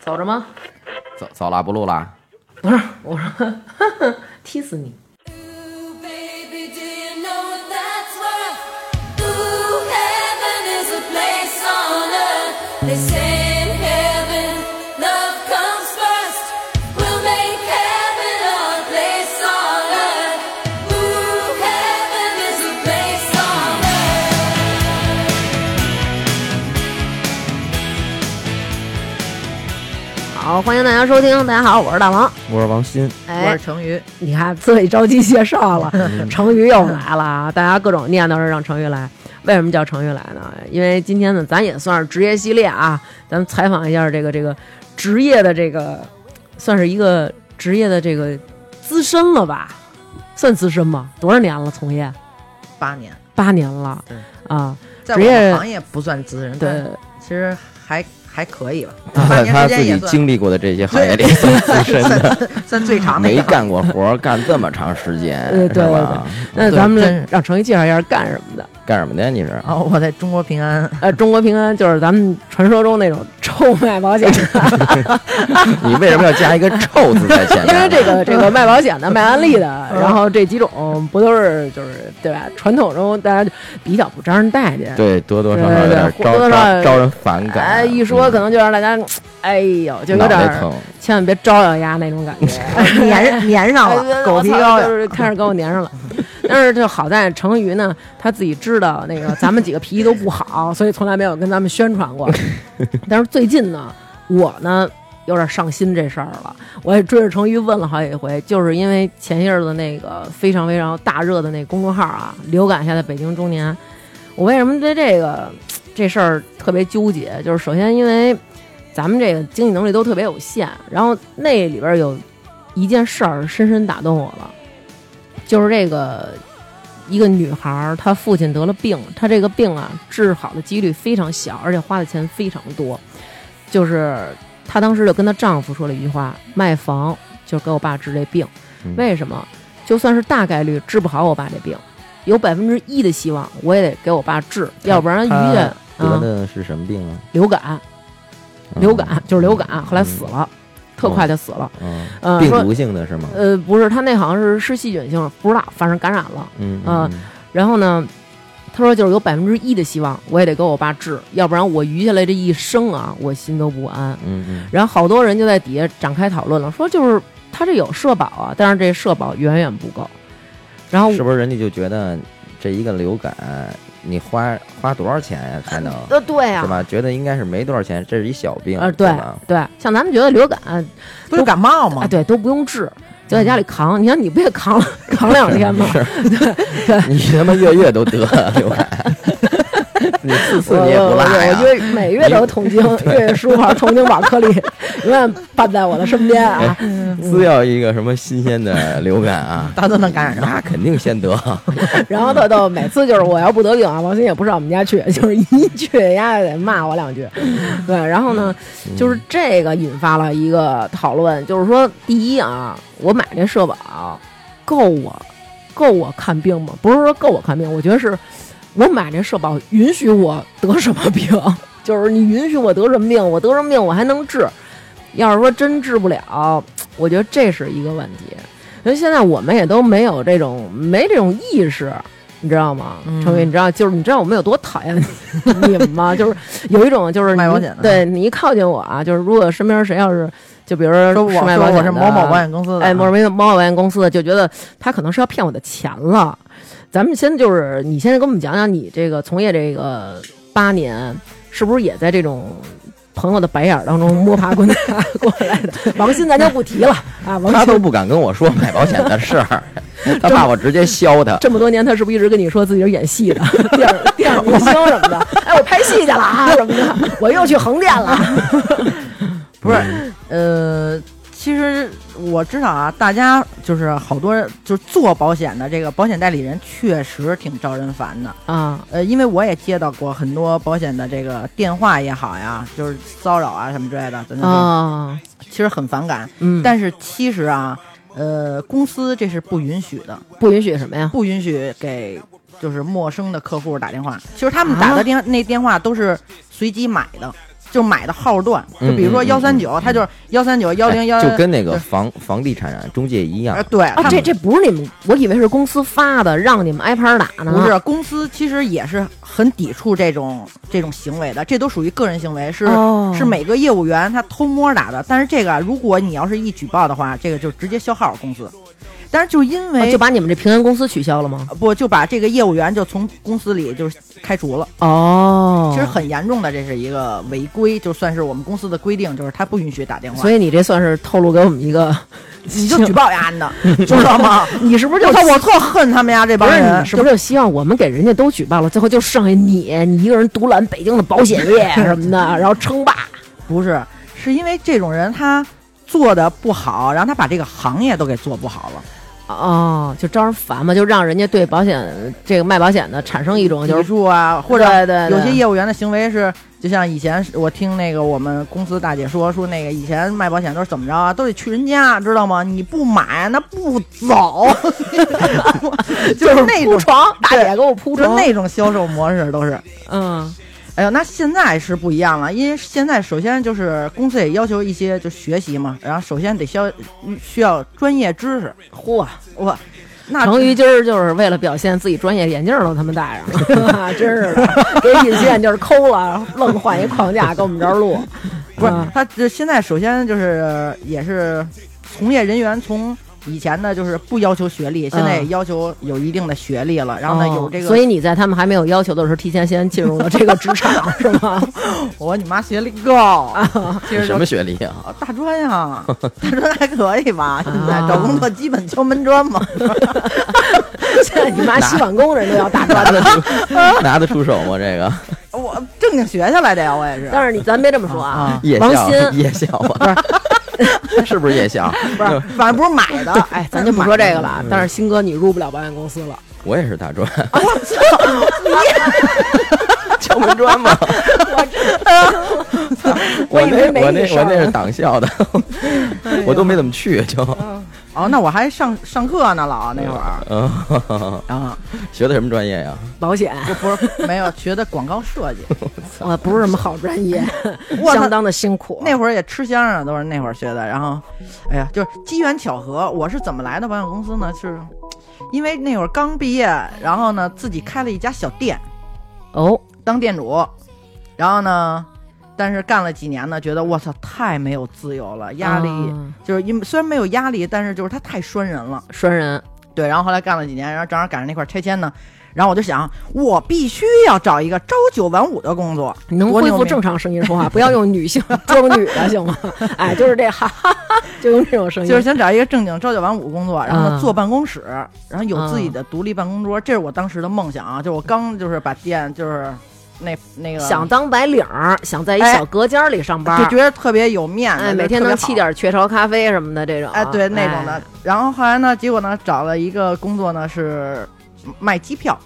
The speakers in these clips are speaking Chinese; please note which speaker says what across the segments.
Speaker 1: 走着吗？
Speaker 2: 走走了啊不录了？
Speaker 1: 不是，我说呵呵踢死你！
Speaker 3: Ooh, baby, do you know what that's worth? Ooh, heaven is a place on earth. They say in heaven, love comes first. We'll make heaven a place on earth. Ooh, heaven is a place on earth.
Speaker 1: 好，欢迎大家收听，大家好，我是大王。
Speaker 2: 我是王鑫，
Speaker 1: 哎，
Speaker 4: 成瑜，
Speaker 1: 你看自己着急介绍了，成瑜又来了啊！大家各种念叨着让成瑜来，为什么叫成瑜来呢？因为今天呢，咱也算是职业系列啊，咱们采访一下这个这个职业的这个，算是一个职业的这个资深了吧，算资深吧？多少年了？从业
Speaker 4: 八年，
Speaker 1: 八年了
Speaker 4: 对
Speaker 1: 啊，
Speaker 4: 在我
Speaker 1: 职业
Speaker 4: 们行业不算资深，
Speaker 1: 对
Speaker 4: 但，其实还还可以吧。八
Speaker 1: 啊
Speaker 2: 在
Speaker 4: 年
Speaker 2: 他
Speaker 4: 时
Speaker 2: 自
Speaker 4: 间
Speaker 2: 己
Speaker 4: 也算
Speaker 2: 经历过的这些行业里 算资深 的，
Speaker 4: 算算最长的一
Speaker 2: 没
Speaker 4: 个，
Speaker 2: 干过活儿，干这么长时间，
Speaker 1: 呃对
Speaker 2: 是吧？
Speaker 1: 那
Speaker 4: 对
Speaker 1: 咱
Speaker 4: 真
Speaker 1: 们
Speaker 4: 是
Speaker 1: 让成瑜介绍一下干什么的。
Speaker 2: 干什么的呀？你是？
Speaker 4: 然哦后我在中国平 安，
Speaker 1: 呃，中国平安就是咱们传说中那种臭卖保险，
Speaker 2: 你为什么要加一个“臭”字在前
Speaker 1: 因为
Speaker 2: 面？
Speaker 1: 这个这个卖保险的、卖安利的，
Speaker 2: 嗯
Speaker 1: 然后这几种不都是就是对吧？传统中大家就比较不招人待见，
Speaker 2: 对多多少少有
Speaker 1: 对对
Speaker 2: 点
Speaker 1: 对多
Speaker 2: 招
Speaker 1: 多少少
Speaker 2: 招招人反感。
Speaker 1: 哎，一说
Speaker 2: 嗯
Speaker 1: 可能就让大家，哎呦，就有
Speaker 2: 脑
Speaker 1: 点
Speaker 2: 袋
Speaker 1: 儿
Speaker 2: 疼，
Speaker 1: 千万别招摇丫那种感 觉，
Speaker 4: 粘粘上
Speaker 1: 哎
Speaker 4: 了，
Speaker 1: 我
Speaker 4: 狗皮
Speaker 1: 操
Speaker 4: 膏
Speaker 1: 就
Speaker 4: 药，
Speaker 1: 是开始跟我粘上了。 但是就好在成瑜呢，他自己知道那个咱们几个脾气都不好，所以从来没有跟咱们宣传 过。但是最近呢，我呢有点上心这事儿了，我也追着成瑜问了好几回，就是因为前些日子那个非常非常大热的那公众号啊，流感下的北京中年，我为什么对这个这事儿特别纠结？就是首先因为咱们这个经济能力都特别有限，然后那里边有一件事儿深深打动我了，就是这个一个女孩儿，她父亲得了病，她这个病啊治好的几率非常小，而且花的钱非常多。就是她当时就跟她丈夫说了一句话：“卖房就给我爸治这病。
Speaker 2: 嗯
Speaker 1: 为什么？就算是大概率治不好我爸这病，有百分之一的希望，我也得给我爸治，
Speaker 2: 嗯
Speaker 1: 要不然余下
Speaker 2: 得
Speaker 1: 啊
Speaker 2: 的是什么病啊？
Speaker 1: 流感，
Speaker 2: 嗯
Speaker 1: 流感就是流感，后来死。了，特快就死了。
Speaker 2: 嗯，
Speaker 1: 呃，
Speaker 2: 病
Speaker 1: 说
Speaker 2: 毒性的是吗？
Speaker 1: 呃，不是，他那好像是是细菌性，不知道，反正感染了。
Speaker 2: 嗯
Speaker 1: 啊然后呢，他说就是有百分之一的希望，我也得给我爸治，要不然我余下来这一生啊，我心都不安。
Speaker 2: 嗯嗯
Speaker 1: 然后好多人就在底下展开讨论了，说就是他这有社保啊，但是这社保远远不够。然后
Speaker 2: 嗯，是不是人家就觉得这一个流感，你花花多少钱呀才能？
Speaker 1: 呃，对
Speaker 2: 是
Speaker 1: 啊，
Speaker 2: 吧？觉得应该是没多少钱，这是一小病，
Speaker 1: 呃，对
Speaker 2: 吧？
Speaker 1: 对，像咱们觉得流感啊，
Speaker 4: 不是感冒吗？
Speaker 1: 对，都不用治。就在家
Speaker 2: 嗯
Speaker 1: 里扛，你看你不也扛了 扛两天吗？
Speaker 2: 你他妈月月都得流感，你四次
Speaker 1: 我
Speaker 2: 你也
Speaker 1: 呃我
Speaker 2: 不啊落
Speaker 1: 我
Speaker 2: 呀
Speaker 1: 我？月每月都痛 经，月月舒华痛经宝颗粒永远伴在我的身边啊！
Speaker 2: 嗯只要一个什么新鲜的流感啊，
Speaker 4: 大家都能感染上，
Speaker 2: 那肯定先得。
Speaker 1: 然后豆豆每次就是我要不得病啊，王鑫也不上我们家去，就是一去人家得骂我两句。对，然后呢，就是这个引发了一个讨论，就是说，第一啊，我买这社保够我够我看病吗？不是说够我看病，我觉得是我买这社保允许我得什么病， 就是你允许我得什么病，我得什么病我还能治。要是说真治不了，我觉得这是一个问题。因为现在我们也都没有这种没这种意识，你知道吗？
Speaker 4: 嗯
Speaker 1: 成宇，你知道就是你知道我们有多讨厌你们吗？ 就是有一种就是你
Speaker 4: 卖保险的
Speaker 1: 对你一靠近我啊，就是如果身边谁要是就比如说
Speaker 4: 说我
Speaker 1: 是卖
Speaker 4: 说
Speaker 1: 保险
Speaker 4: 我是
Speaker 1: 的
Speaker 4: 某某保险公司的，啊
Speaker 1: 哎，某某某某保险公司的就觉得他可能是要骗我的钱了。咱们先就是你先给我们讲讲你这个从业这个八年，是不是也在这种朋友的白眼儿当中摸爬滚打过来的？王鑫咱就不提了啊，王
Speaker 2: 他
Speaker 1: 鑫
Speaker 2: 都不敢跟我说买保险的事 儿，他怕我直接削他。
Speaker 1: 这么多年，他是不是一直跟你说自己是演戏的电影电影明星什么的？哎，我拍戏去了啊什么的，我又去横店了。啊
Speaker 4: 不
Speaker 1: 嗯
Speaker 4: 是，呃，其实我知道啊，大家就是好多人就是做保险的这个保险代理人确实挺招人烦的。
Speaker 1: 啊，
Speaker 4: 呃，因为我也接到过很多保险的这个电话也好呀，就是骚扰啊什么之类的，真的是、
Speaker 1: 啊，
Speaker 4: 其实很反感。
Speaker 1: 嗯，
Speaker 4: 但是其实啊，呃，公司这是不允许的，
Speaker 1: 不允许什么呀？
Speaker 4: 不允许给
Speaker 2: 啊
Speaker 4: 就是陌生的客户打电话。其实他们打的电、那电话都是随机买的，就买的号段，就比如说
Speaker 2: 嗯嗯嗯
Speaker 4: 幺三九，它就是幺三九幺零幺，
Speaker 2: 哎就跟那个
Speaker 4: 对
Speaker 2: 房房地产啊中介一样
Speaker 4: 呃，对，
Speaker 1: 啊，
Speaker 4: 它
Speaker 1: 这这不是你们，我以为是公司发的，让你们挨拍儿打呢。啊
Speaker 4: 不是公司其实也是很抵触这种这种行为的，这都属于个人行为，是、
Speaker 1: 哦
Speaker 4: 是每个业务员他偷摸打的。但是这个如果你要是一举报的话，这个就直接销号工资。但是就因
Speaker 1: 啊
Speaker 4: 为、
Speaker 1: 就把你们这平安公司取消了吗？
Speaker 4: 呃不就把这个业务员就从公司里就是开除了，
Speaker 1: 哦
Speaker 4: 其实很严重的，这是一个违规，就算是我们公司的规定，就是他不允许打电话，
Speaker 1: 所以你这算是透露给我们一 个，
Speaker 4: 你就举报呀，你 的，知道吗？
Speaker 1: 你是不是就
Speaker 4: 我操，我特恨他们家这
Speaker 1: 不
Speaker 4: 帮
Speaker 1: 是
Speaker 4: 人，
Speaker 1: 你是不是就希望我们给人家都举报了，最后就剩下你，你一个人独揽北京的保险 业什么的，然后称霸。
Speaker 4: 不是，是因为这种人他做的不好，然后他把这个行业都给做不好了，
Speaker 1: 哦，就招人烦嘛，就让人家对保险这个卖保险的产生一种就
Speaker 4: 抵
Speaker 1: 是
Speaker 4: 触啊，或者
Speaker 1: 对对对
Speaker 4: 有些业务员的行为是，就像以前是我听那个我们公司大姐说，说那个以前卖保险都是怎么着啊，都得去人家，知道吗？你不买那不走， 就是那
Speaker 1: 铺
Speaker 4: 种
Speaker 1: 床，大
Speaker 4: 对
Speaker 1: 姐给我铺
Speaker 4: 就
Speaker 1: 床，
Speaker 4: 那种销售模式都是。
Speaker 1: 嗯
Speaker 4: 哎呦，那现在是不一样了，因为现在首先就是公司也要求一些就学习嘛，然后首先得需要嗯需要专业知识。嚯，哇，那
Speaker 1: 成瑜今儿就是为了表现自己专业，眼镜儿都他妈戴上 了，啊真是的，给引线就是抠了，愣换一框架跟我们这儿录，
Speaker 4: 不是
Speaker 1: 啊
Speaker 4: 他这现在首先就是也是从业人员从以前呢就是不要求学历，现在也要求有一定的学历了，然后呢
Speaker 1: 嗯哦
Speaker 4: 有这个，
Speaker 1: 所以你在他们还没有要求的时候，提前先进入了这个职 场，是吗？
Speaker 4: 我你妈学历 高，其实
Speaker 2: 什
Speaker 4: 就
Speaker 2: 么学历 啊？
Speaker 4: 啊大专呀、 大专还可以吧？现在
Speaker 1: 啊
Speaker 4: 找工作基本敲门砖 嘛。
Speaker 1: 现在你妈洗碗工人都要大专
Speaker 2: 拿
Speaker 1: 了。
Speaker 2: 得出 拿得出手吗？这个
Speaker 4: 我正经学下来的呀，我也是。
Speaker 1: 但是你咱别这么说啊
Speaker 4: 啊，
Speaker 2: 夜
Speaker 1: 王
Speaker 2: 校
Speaker 1: 鑫
Speaker 2: 夜校啊， 是不是夜校？
Speaker 4: 不是，反正不是买的，
Speaker 1: 哎，咱就不说这个
Speaker 4: 嗯
Speaker 1: 了。但是鑫哥，你入不了保险公司了。
Speaker 2: 我也是大专， 敲门砖嘛。我
Speaker 1: 以为
Speaker 2: 那
Speaker 1: 没
Speaker 2: 我
Speaker 1: 你哎
Speaker 2: 那
Speaker 1: 事儿
Speaker 2: 我那是党校的， 我都没怎么去就，
Speaker 4: 哦，那我还上上课呢，老那会儿
Speaker 2: 嗯，
Speaker 4: 啊，
Speaker 2: 学的什么专业呀？
Speaker 1: 保险，
Speaker 4: 不不是没有学的广告设计，
Speaker 1: 我不是什么好专业，
Speaker 4: 我
Speaker 1: 相当的辛苦。
Speaker 4: 那会儿也吃香啊，都是那会儿学的。然后，哎呀，就是机缘巧合，我是怎么来的保险公司呢？是因为那会儿刚毕业，然后呢自己开了一家小店
Speaker 1: 哦，
Speaker 4: 当店主，然后呢，但是干了几年呢，觉得我操太没有自由了，压力、
Speaker 1: 啊
Speaker 4: 就是因为虽然没有压力，但是就是它太拴人了。
Speaker 1: 拴人，
Speaker 4: 对，然后后来干了几年，然后正好赶上那块儿拆迁呢，然后我就想，我必须要找一个朝九晚五的工作，
Speaker 1: 你能
Speaker 4: 多
Speaker 1: 恢
Speaker 4: 牛
Speaker 1: 复
Speaker 4: 逼
Speaker 1: 正常声音说话，不要用女 性装女的行吗？哎，就是这哈哈哈，就用这种声音，
Speaker 4: 就是想找一个正经朝九晚五工作，然后
Speaker 1: 啊
Speaker 4: 呢坐办公室，然后有自
Speaker 1: 嗯
Speaker 4: 己的独立办公桌，这是我当时的梦想啊！就我刚就是把店就是那那个
Speaker 1: 想当白领儿，想在一
Speaker 4: 哎
Speaker 1: 小隔间儿里上班
Speaker 4: 就觉
Speaker 1: 儿，
Speaker 4: 得特别有面子，
Speaker 1: 哎，
Speaker 4: 就
Speaker 1: 每天
Speaker 4: 特别
Speaker 1: 能
Speaker 4: 好
Speaker 1: 沏点雀巢咖啡什么的这种，啊
Speaker 4: 哎对那种的。然后后来呢，结果呢找了一个工作呢是卖 机票，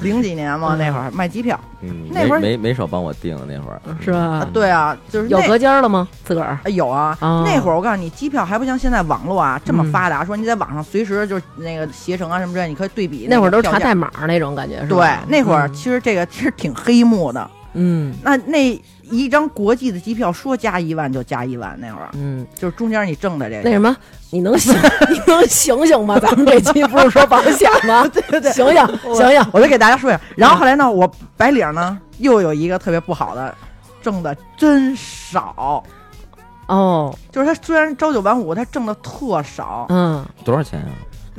Speaker 4: 零几年嘛
Speaker 1: 嗯
Speaker 4: 那会儿卖机票，
Speaker 2: 嗯，
Speaker 4: 那
Speaker 2: 没
Speaker 4: 会儿
Speaker 2: 没没少帮我订那会儿
Speaker 1: 哎，是吧？
Speaker 4: 对啊，就是
Speaker 1: 有
Speaker 4: 那
Speaker 1: 隔间儿了吗？自个儿？
Speaker 4: 哎有啊，
Speaker 1: 哦
Speaker 4: 那会儿我告诉你，机票还不像现在网络啊这么
Speaker 1: 嗯
Speaker 4: 发达，说你在网上随时就是那个携程啊什么之类，你可以对比
Speaker 1: 那会儿都是
Speaker 4: 个票
Speaker 1: 查
Speaker 4: 价
Speaker 1: 代码儿那种感觉，是
Speaker 4: 对
Speaker 1: 吧？，
Speaker 4: 那会儿其实这个其实挺黑幕的。
Speaker 1: 嗯，
Speaker 4: 那那一张国际的机票说加一万就加一万，那会儿
Speaker 1: 嗯嗯，
Speaker 4: 就是中间你挣的这
Speaker 1: 那
Speaker 4: 个。
Speaker 1: 什么，你能醒，你能醒醒吗？咱们这期不是说 保险吗？对对对，醒醒醒醒，
Speaker 4: 我就给大家说一下，然后
Speaker 1: 嗯
Speaker 4: 后来呢，我白领呢又有一个特别不好的，挣的真少，
Speaker 1: 哦，
Speaker 4: 就是他虽然朝九晚五，他挣的特少。
Speaker 1: 嗯，
Speaker 2: 多少钱啊？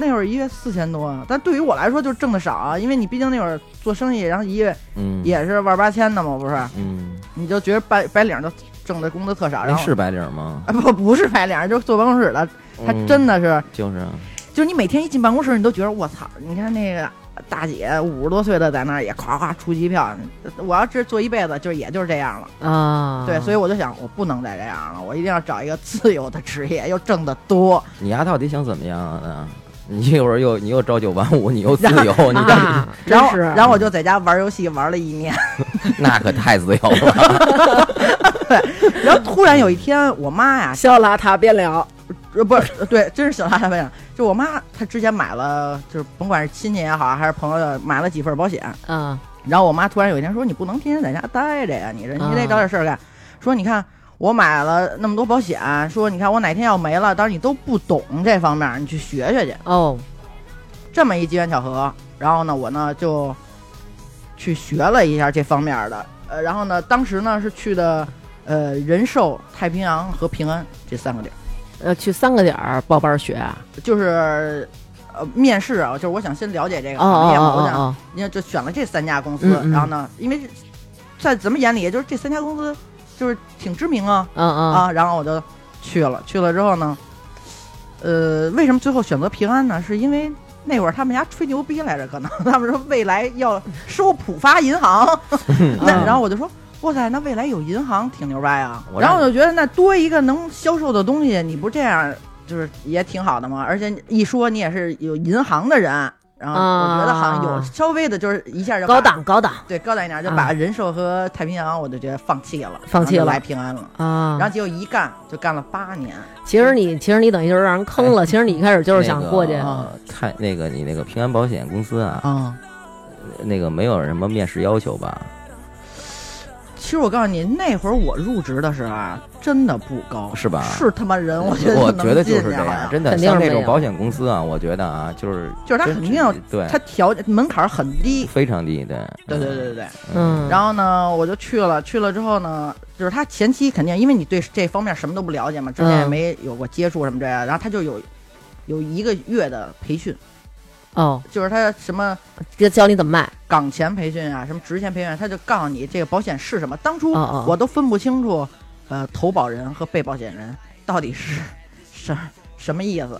Speaker 4: 那会儿一月四千多，啊但对于我来说就是挣的少啊，因为你毕竟那会儿做生意，然后一月
Speaker 2: 嗯，
Speaker 4: 也是万八千的嘛，不是？
Speaker 2: 嗯，
Speaker 4: 你就觉得白白领就挣的工资特少，然
Speaker 2: 那
Speaker 4: 后
Speaker 2: 哎是白领吗？
Speaker 4: 啊不不是白领，就是坐办公室的，他
Speaker 2: 嗯
Speaker 4: 真的是。
Speaker 2: 就是啊，
Speaker 4: 就是你每天一进办公室，你都觉得我操！你看那个大姐五十多岁的在那儿也夸夸出机票，我要这做一辈子，就是也就是这样了。
Speaker 1: 啊，
Speaker 4: 对，所以我就想，我不能再这样了，我一定要找一个自由的职业，又挣得多。
Speaker 2: 你丫到底想怎么样啊？ 你一会儿又你又朝九晚五，你又自 由，你到底
Speaker 1: 啊，真
Speaker 4: 然后，
Speaker 1: 是
Speaker 4: 然后我就在家玩游戏玩了一年。
Speaker 2: 那可太自由了。
Speaker 4: 然后突然有一天，我妈呀，
Speaker 1: 小邋遢别聊，
Speaker 4: 呃不是，对，真是小邋遢班长。就啊我妈，她之前买了，就是甭管是亲戚也好，还是朋友，买了几份保险。
Speaker 1: 嗯，
Speaker 4: 然后我妈突然有一天说：“你不能天天在家待着呀，你这你得找点事儿干。说你看我买了那么多保险，说你看我哪天要没了，但是你都不懂这方面，你去学学去。
Speaker 1: 哦，
Speaker 4: 这么一机缘巧合，然后呢，我呢就去学了一下这方面的。呃，然后呢，当时呢是去的呃仁寿、太平洋和平安这三个地儿。
Speaker 1: 呃，去三个点儿报班儿学啊？
Speaker 4: 就是呃面试啊，就是我想先了解这个
Speaker 1: 哦哦
Speaker 4: 行业嘛，我想
Speaker 1: 哦
Speaker 4: 你看就选了这三家公司，
Speaker 1: 嗯嗯
Speaker 4: 然后呢，因为在咱们眼里，就是这三家公司就是挺知名啊
Speaker 1: 哦，嗯嗯
Speaker 4: 啊，然后我就去了，去了之后呢，呃，为什么最后选择平安呢？是因为。那会儿他们家吹牛逼来着，可能 他们说未来要收浦发 银行，
Speaker 1: 嗯
Speaker 4: 那然后我就说，哇塞，那未来有银行挺牛掰啊。
Speaker 2: 我
Speaker 4: 然后
Speaker 2: 让
Speaker 4: 我就觉得那多一个能销售的东西，你不这样就是也挺好的嘛。而且一说你也是有银行的人，然后我觉得好像有
Speaker 1: 啊
Speaker 4: 稍微的，就是一下就把
Speaker 1: 高，档高档
Speaker 4: 对高档一点，就
Speaker 1: 啊
Speaker 4: 把人寿和太平洋我就觉得放弃了，
Speaker 1: 放弃了
Speaker 4: 然后就来平安了。
Speaker 2: 嗯
Speaker 1: 啊
Speaker 4: 然后结果一干就干了八年，
Speaker 1: 其实你其实你等于就是让人坑了，其实你一开始就是想过去啊
Speaker 2: 那个 太那个你那个平安保险公司啊，
Speaker 4: 啊、
Speaker 2: 那个没有什么面试要求吧？
Speaker 4: 其实我告诉你，那会儿我入职的时候啊，真的不高，
Speaker 2: 是吧
Speaker 4: 是他妈人，我觉得
Speaker 2: 我
Speaker 4: 能
Speaker 2: 觉得就
Speaker 4: 进啊
Speaker 2: 是
Speaker 4: 去
Speaker 2: 这
Speaker 4: 好
Speaker 2: 样，
Speaker 4: 像
Speaker 2: 真的
Speaker 1: 肯定是
Speaker 2: 像
Speaker 1: 没
Speaker 2: 这
Speaker 1: 有
Speaker 2: 种保险公司啊，我觉得啊，就是
Speaker 4: 就是他
Speaker 2: 真
Speaker 4: 肯定要
Speaker 2: 对
Speaker 4: 他条件门槛很低，
Speaker 2: 非常低，对
Speaker 4: 对对对对对。
Speaker 1: 嗯，
Speaker 4: 然后呢，我就去了，去了之后呢，就是他前期肯定，因为你对这方面什么都不了解嘛，之前也
Speaker 1: 嗯
Speaker 4: 没有过接触什么这样，然后他就有有一个月的培训，
Speaker 1: 哦，
Speaker 4: 就是他什么
Speaker 1: 这教你怎么卖，
Speaker 4: 岗前培训啊，什么职前培训啊，他就告诉你这个保险是什么。当初
Speaker 1: 哦哦
Speaker 4: 我都分不清楚，呃，投保人和被保险人到底是 是什么意思。
Speaker 2: 嗯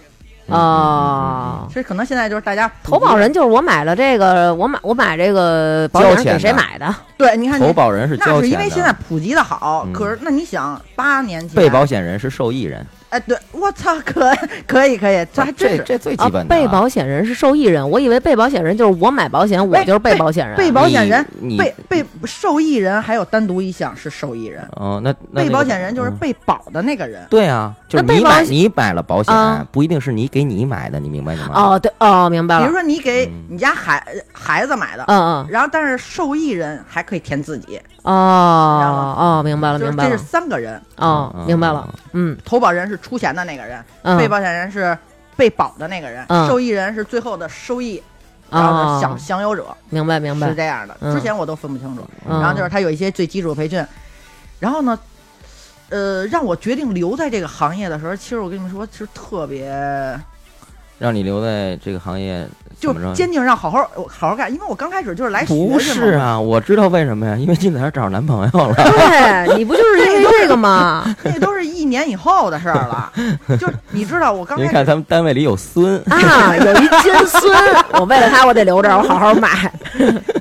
Speaker 1: 哦，
Speaker 4: 其实可能现在就是大家
Speaker 1: 投保人就是我买了这个，我买我买这个保
Speaker 2: 交
Speaker 1: 险
Speaker 2: 钱
Speaker 1: 给
Speaker 2: 的
Speaker 1: 谁买的？
Speaker 4: 对，你看你
Speaker 2: 投保人是
Speaker 4: 那
Speaker 2: 交
Speaker 4: 是因
Speaker 2: 钱
Speaker 4: 为现在
Speaker 2: 的，
Speaker 4: 普及的好，
Speaker 2: 嗯
Speaker 4: 可是那你想八年前
Speaker 2: 被保险人是受益人，
Speaker 4: 哎，对，我操， 可可以可以，这还真
Speaker 2: 哦这
Speaker 4: 是。
Speaker 2: 这最
Speaker 1: 啊
Speaker 2: 基，本的啊。
Speaker 1: 被保险人是受益人，我以为被保险人就是我买保险，我就是被保险人。
Speaker 4: 被保险人
Speaker 2: 你
Speaker 4: 被被受益人还有单独一项是受益人，
Speaker 2: 哦，那那
Speaker 4: 被
Speaker 2: 那
Speaker 4: 保
Speaker 2: 个
Speaker 4: 险人就是
Speaker 2: 嗯
Speaker 4: 被保的那个人。
Speaker 2: 对啊，就是
Speaker 1: 那被
Speaker 2: 你
Speaker 1: 保
Speaker 2: 买
Speaker 1: 险
Speaker 2: 你买了保
Speaker 1: 啊
Speaker 2: 险，不一定是你给你买的，你明白吗？
Speaker 1: 哦，对哦，明白
Speaker 4: 比
Speaker 1: 了
Speaker 4: 如。说你给
Speaker 2: 嗯
Speaker 4: 你家孩孩子买的，
Speaker 1: 嗯嗯
Speaker 4: 然后但是受益人还可以填自己，
Speaker 1: 哦
Speaker 4: 道吗
Speaker 1: 哦，明白了
Speaker 4: 就是
Speaker 1: 明白
Speaker 4: 这是
Speaker 1: 了
Speaker 4: 三个人，
Speaker 1: 哦，明白了，嗯
Speaker 4: 投保人是出钱的那个人，
Speaker 1: 嗯，
Speaker 4: 被保险人是被保的那个人，
Speaker 1: 嗯
Speaker 4: 受益人是最后的收益，然后
Speaker 1: 哦
Speaker 4: 是享享有者
Speaker 1: 明白明
Speaker 4: 是
Speaker 1: 白，
Speaker 4: 这样的。
Speaker 1: 嗯
Speaker 4: 之前我都分不清楚，
Speaker 1: 嗯
Speaker 4: 然后就是他有一些最基础的培训，然后呢，呃，让我决定留在这个行业的时候，其实我跟你们说，其实特别
Speaker 2: 让你留在这个行业，
Speaker 4: 就
Speaker 2: 怎么着
Speaker 4: 坚定让好好我好好干，因为我刚开始就是来学
Speaker 2: 不
Speaker 4: 学嘛
Speaker 2: 是啊，我知道为什么呀，因为你在这儿找男朋友了。
Speaker 1: 对你不就是因为这个吗？
Speaker 4: 那都是一年以后的事儿了。 就是你知道我刚
Speaker 2: 您
Speaker 4: 开
Speaker 2: 看
Speaker 4: 始
Speaker 2: 咱们单位里有孙，
Speaker 1: 啊，有一金孙，我为了他我得留着，我好好买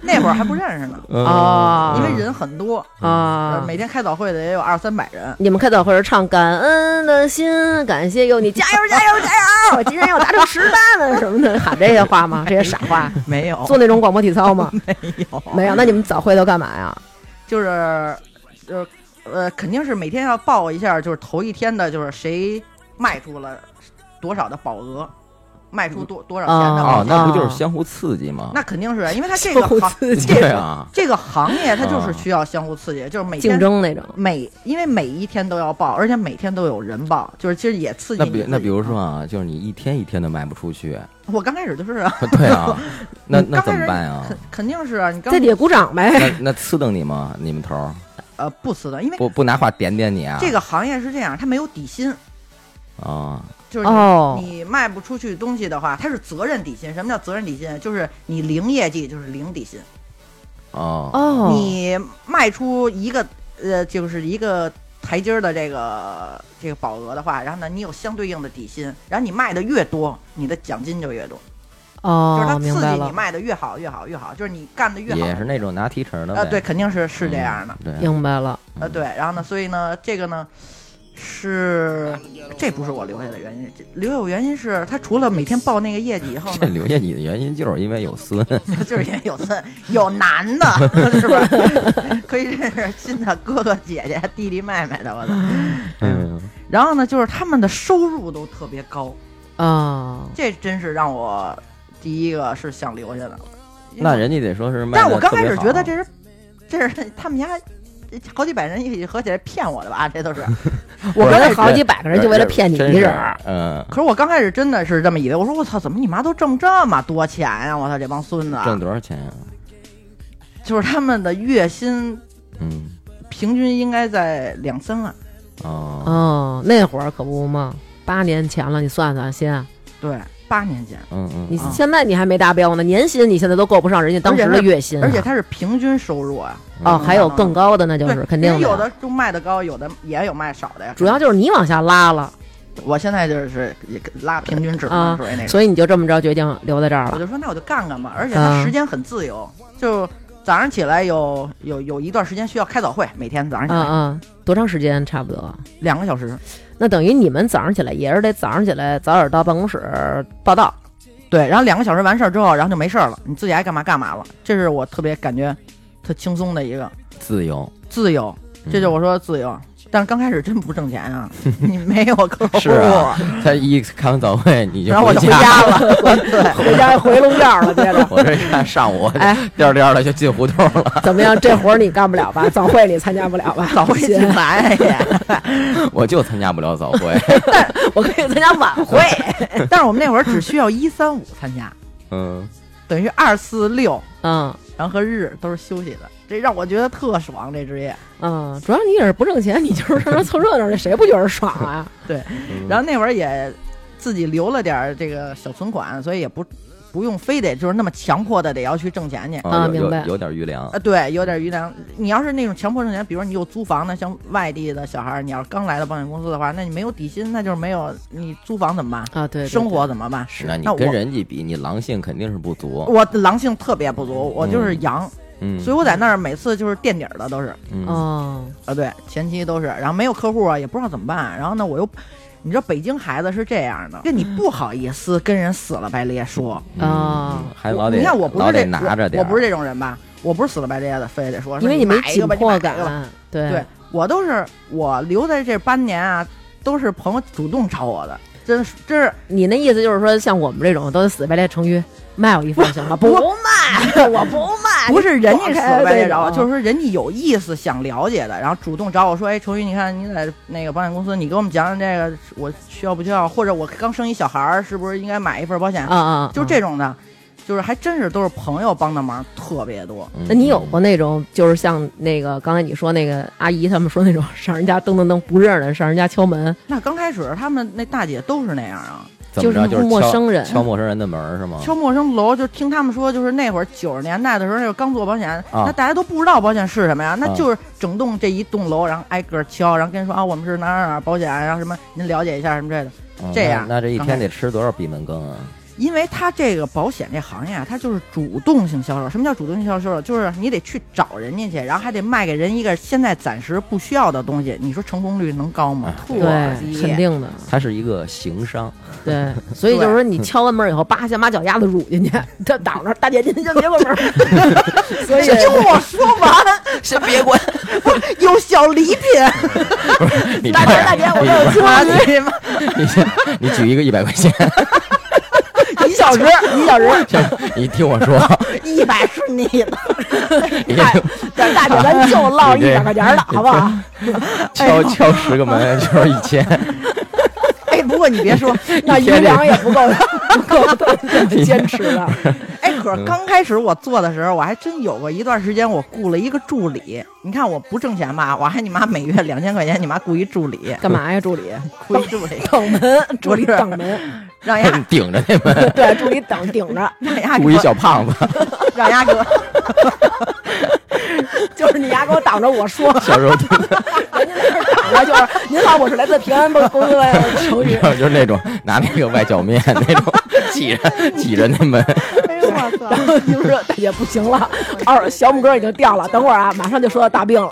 Speaker 4: 那会儿还不认识呢，
Speaker 2: 嗯
Speaker 1: 哦
Speaker 4: 因为人很多， 呃
Speaker 1: 啊。
Speaker 4: 每天开早会的也有二三百人。
Speaker 1: 你们开早会儿唱《感恩的心》，感谢有你， 加油加油加油！我今天要达成十大呢什么的，喊这些话吗？这些傻话，
Speaker 4: 没有，
Speaker 1: 做那种广播体操吗？
Speaker 4: 没有，
Speaker 1: 没有。那你们早会都干嘛呀？
Speaker 4: 就是就是呃，肯定是每天要报一下，就是头一天的，就是谁卖出了多少的保额，卖出
Speaker 1: 嗯
Speaker 4: 多多少钱的保
Speaker 2: 哦
Speaker 4: 额，，
Speaker 2: 那不就是相互刺激吗？
Speaker 4: 啊 那肯定是因为他这个行
Speaker 1: 自
Speaker 4: 这
Speaker 2: 对啊，
Speaker 4: 这个行业，它就是
Speaker 2: 啊
Speaker 4: 需要相互刺激，就是每
Speaker 1: 竞
Speaker 4: 天
Speaker 1: 争那种。
Speaker 4: 每因为每一天都要报，而且每天都有人报，就是其实也刺激
Speaker 2: 那
Speaker 4: 你自
Speaker 2: 比
Speaker 4: 己。
Speaker 2: 那比如说啊，就是你一天一天的卖不出去，
Speaker 4: 我刚开始就是啊，
Speaker 2: 对啊， 那那
Speaker 4: 刚开
Speaker 2: 怎
Speaker 4: 始
Speaker 2: 么办呀？
Speaker 4: 肯肯定是啊，你刚
Speaker 1: 在底下鼓掌呗。
Speaker 2: 那那呲瞪你吗？你们头儿
Speaker 4: 呃不死的，因为
Speaker 2: 不不拿话点点你啊？
Speaker 4: 这个行业是这样，它没有底薪，
Speaker 2: 啊，
Speaker 4: 就是你、
Speaker 1: 哦
Speaker 4: 你卖不出去东西的话，它是责任底薪。什么叫责任底薪？就是你零业绩就是零底薪，
Speaker 2: 哦，
Speaker 1: 哦，
Speaker 4: 你卖出一个呃就是一个。台阶儿的这个呃这个保额的话，然后呢，你有相对应的底薪，然后你卖的越多，你的奖金就越多。就是它
Speaker 1: 哦，明
Speaker 4: 刺
Speaker 1: 白
Speaker 4: 激你
Speaker 1: 了，
Speaker 4: 卖的越好越好越好，就是你干的越好
Speaker 2: 也是那种拿提成的
Speaker 4: 呃，
Speaker 2: 呗。
Speaker 4: 对，
Speaker 2: 嗯，
Speaker 4: 肯定是是这样的，
Speaker 2: 对，
Speaker 1: 明白了。
Speaker 4: 呃，对，然后呢，所以呢，这个呢是这不是我留下的原因，这留下的原因是他除了每天报那个业绩以后
Speaker 2: 这
Speaker 4: 呢，
Speaker 2: 留下你的原因就是因为有 孙，
Speaker 4: 就是也有的有男的， 是吧？可以认识新的哥哥姐姐、弟弟妹妹的，我操！
Speaker 2: 嗯，
Speaker 4: 然后呢，就是他们的收入都特别高，
Speaker 1: 哦，
Speaker 4: 这真是让我第一个是想留下的，
Speaker 2: 那人家得说是卖得
Speaker 4: 但我刚开始
Speaker 2: 特别
Speaker 4: 觉
Speaker 2: 好
Speaker 4: 得这是这是他们家好几百人一起合起来骗我的吧，这都是。
Speaker 1: 我
Speaker 2: 不是
Speaker 1: 刚才好几百个人就为了骗你
Speaker 2: 真
Speaker 1: 一
Speaker 2: 是
Speaker 1: 人儿，
Speaker 2: 嗯，
Speaker 4: 可是我刚开始真的是这么以为，我说我操，怎么你妈都挣这么多钱呀、我操，这帮孙子，啊
Speaker 2: 挣多少钱呀？啊
Speaker 4: 就是他们的月薪
Speaker 2: 嗯，
Speaker 4: 平均应该在两三万。啊
Speaker 2: 哦，
Speaker 1: 哦，那会儿可不嘛，八年前了，你算算
Speaker 4: 啊
Speaker 1: 先，
Speaker 4: 对，八年前，
Speaker 2: 嗯嗯，
Speaker 1: 你
Speaker 2: 嗯
Speaker 1: 现在你还没达标呢，年薪你现在都够不上人家当时的月薪啊，
Speaker 4: 啊而且他是平均收入啊，
Speaker 1: 哦，还有更高的那就
Speaker 4: 对，
Speaker 1: 是肯定
Speaker 4: 人有的就卖的高，有的也有卖少的呀。
Speaker 1: 主要就是你往下拉了
Speaker 4: 我现在就是也拉平均值嘛，
Speaker 1: 啊
Speaker 4: 属于那，种。
Speaker 1: 所以你就这么着决定留在这儿
Speaker 4: 我
Speaker 1: 了。
Speaker 4: 就说那我就干干吧，而且
Speaker 1: 啊
Speaker 4: 他时间很自由，就早上起来有有有一段时间需要开早会，每天早上起
Speaker 1: 嗯
Speaker 4: 来
Speaker 1: 嗯，多长时间差不多？
Speaker 4: 两个小时，
Speaker 1: 那等于你们早上起来也是得早上起来早点到办公室报道，
Speaker 4: 对，然后两个小时完事儿之后，然后就没事儿了，你自己爱干嘛干嘛了，这是我特别感觉特轻松的一个
Speaker 2: 自由，
Speaker 4: 自由，
Speaker 2: 嗯
Speaker 4: 这就是我说的自由。但是刚开始真不挣钱 啊，你没有客户，
Speaker 2: 是啊他一开完早会你就
Speaker 4: 然后我就回
Speaker 2: 家了。
Speaker 4: 了，啊对，
Speaker 1: 回家回笼觉了，接着。
Speaker 2: 我这一看上午
Speaker 1: 哎，
Speaker 2: 颠颠的就进胡同了，
Speaker 1: 怎么样？这活儿你干不了吧？早会你参加不了吧？
Speaker 4: 早回起
Speaker 1: 行
Speaker 4: 来也。
Speaker 2: 我就参加不了早 会。
Speaker 1: 我可以参加晚会。
Speaker 4: 但是我们那会儿只需要一三五参加，
Speaker 2: 嗯，
Speaker 4: 等于二四六，
Speaker 1: 嗯
Speaker 4: 然后和日都是休息的，这让我觉得特爽，这职业。
Speaker 1: 嗯，主要你也是不挣钱，你就是上这凑热闹去，谁不觉得爽啊？
Speaker 2: 嗯
Speaker 4: 然后那会儿也自己留了点儿这个小存款，所以也不不用非得就是那么强迫的得要去挣钱去。
Speaker 2: 哦
Speaker 1: 啊
Speaker 2: 有有
Speaker 1: 明白
Speaker 2: 有点余粮
Speaker 4: 啊，。对，有点余粮。你要是那种强迫挣钱，比如你有租房的，像外地的小孩儿，你要是刚来到保险公司的话，那你没有底薪，那就是没有你租房怎么办？
Speaker 1: 啊，对，对
Speaker 4: 生活怎么办？
Speaker 2: 那你
Speaker 4: 那
Speaker 2: 跟
Speaker 4: 我
Speaker 2: 人家比，你狼性肯定是不足。
Speaker 4: 我狼性特别不足，我就是
Speaker 2: 嗯
Speaker 4: 阳，
Speaker 2: 嗯，
Speaker 4: 所以我在那儿每次就是垫底儿的都是。
Speaker 2: 嗯
Speaker 1: 哦，
Speaker 4: 啊，对，前期都是，然后没有客户啊，也不知道怎么办。然后呢，我又，你知道北京孩子是这样的，就
Speaker 1: 嗯
Speaker 4: 你不好意思跟人死了白咧说，
Speaker 2: 嗯
Speaker 1: 啊
Speaker 2: 嗯还
Speaker 4: 我
Speaker 2: 老得
Speaker 4: 你看我不
Speaker 2: 老
Speaker 4: 是
Speaker 2: 得
Speaker 4: 这
Speaker 2: 拿着
Speaker 4: 我，
Speaker 2: 点儿，
Speaker 4: 我不是这种人吧？我不是死了白咧的，非得说，
Speaker 1: 因为
Speaker 4: 你
Speaker 1: 你没
Speaker 4: 买一
Speaker 1: 紧
Speaker 4: 个吧你买
Speaker 1: 迫
Speaker 4: 一个吧
Speaker 1: 感，对
Speaker 4: 对我都是我留在这半年啊，都是朋友主动找我的，真是真是
Speaker 1: 你那意思就是说，像我们这种都得死白赖成鱼，卖 我一份行吗？不
Speaker 4: 不
Speaker 1: 卖，我不 卖
Speaker 4: 不是人家死了白咧找我，就是
Speaker 1: 是
Speaker 4: 说人家有意思想了解的，然后主动找我说，哎，程宇，你看你在那个保险公司，你给我们讲讲这个，我需要不需要？或者我刚生一小孩儿，是不是应该买一份保险？
Speaker 1: 啊啊，
Speaker 4: 就
Speaker 1: 啊。
Speaker 4: 这种的，就是还真是都是朋友帮的忙，特别多。
Speaker 2: 嗯
Speaker 1: 那你有过那种，就是像那个刚才你说那个阿姨他们说那种上人家噔噔噔不认识的上人家敲门，
Speaker 4: 那刚开始他们那大姐都是那样啊，
Speaker 2: 怎么着
Speaker 1: 就是
Speaker 2: 就是
Speaker 1: 陌
Speaker 2: 敲
Speaker 1: 生人
Speaker 2: 敲陌生人的门儿是吗？
Speaker 4: 敲陌生楼，就听他们说，就是那会儿九十年代的时候，那会儿刚做保险，
Speaker 2: 啊
Speaker 4: 那大家都不知道保险是什么呀，那
Speaker 2: 啊
Speaker 4: 就是整栋这一栋楼，然后挨个敲，然后跟人说啊，我们是哪儿哪儿保险，然后什么您了解一下什么之类的。
Speaker 2: 嗯
Speaker 4: 这样啊
Speaker 2: 那那这一
Speaker 4: 刚
Speaker 2: 天
Speaker 4: 开
Speaker 2: 得吃多少闭门羹啊？
Speaker 4: 因为他这个保险这行业啊，它就是主动性销售。什么叫主动性销售？就是你得去找人家去，然后还得卖给人一个现在暂时不需要的东西。你说成功率能高
Speaker 2: 啊？
Speaker 4: 吗特
Speaker 1: 对，
Speaker 4: 低
Speaker 1: 肯定的，
Speaker 2: 它是一个行商，
Speaker 1: 对，所以就是说你敲完门以后，叭先把脚丫子杵进去， 他挡着大姐您先别过门，所以
Speaker 4: 这听我说完，
Speaker 2: 先 别管，
Speaker 4: 有小礼品，
Speaker 2: 你
Speaker 1: 大
Speaker 2: 这
Speaker 1: 姐
Speaker 2: 样
Speaker 1: 大姐我
Speaker 2: 你
Speaker 1: 这有青蛙鱼，
Speaker 4: 哎你妈
Speaker 2: 你先你举一个一百块钱，
Speaker 1: 一 小时一小时
Speaker 2: 你听我说，
Speaker 4: 一百是你的，
Speaker 2: 你
Speaker 1: 哎，咱大姐咱就唠一
Speaker 2: 你这
Speaker 1: 百块钱的好不好？
Speaker 2: 敲敲十个门就是一千，
Speaker 4: 哎，不过你 别说，
Speaker 1: 那
Speaker 2: 一
Speaker 1: 余
Speaker 2: 天这
Speaker 1: 粮也不够，不够他们坚持的。
Speaker 4: 哎，可是刚开始我做的时候，我还真有过一段时间，我雇了一个助理。你看我不挣钱吧，我还你妈每月两千块钱，你妈雇一助理，
Speaker 1: 干嘛呀，助理？
Speaker 4: 雇一助理，
Speaker 1: 等门，助理
Speaker 4: 不是
Speaker 1: 等门，
Speaker 4: 让 丫
Speaker 2: 顶着那门，
Speaker 1: 对，助理等顶着，
Speaker 4: 让丫
Speaker 2: 雇一
Speaker 4: 给我
Speaker 2: 小胖子，
Speaker 4: 让丫给我。
Speaker 1: 就是你丫给我挡着我说，
Speaker 2: 小 时候就
Speaker 1: 人家在那儿挡着，就是您好，我是来自平安公司的成
Speaker 2: 你
Speaker 1: 宇
Speaker 2: 知。道 就是那种拿那个外脚面那 种挤着挤着那门，
Speaker 4: 哎呦我操！
Speaker 1: 然后您说大姐不行了，二小拇哥已经掉了，等会儿啊，马上就说到大病了。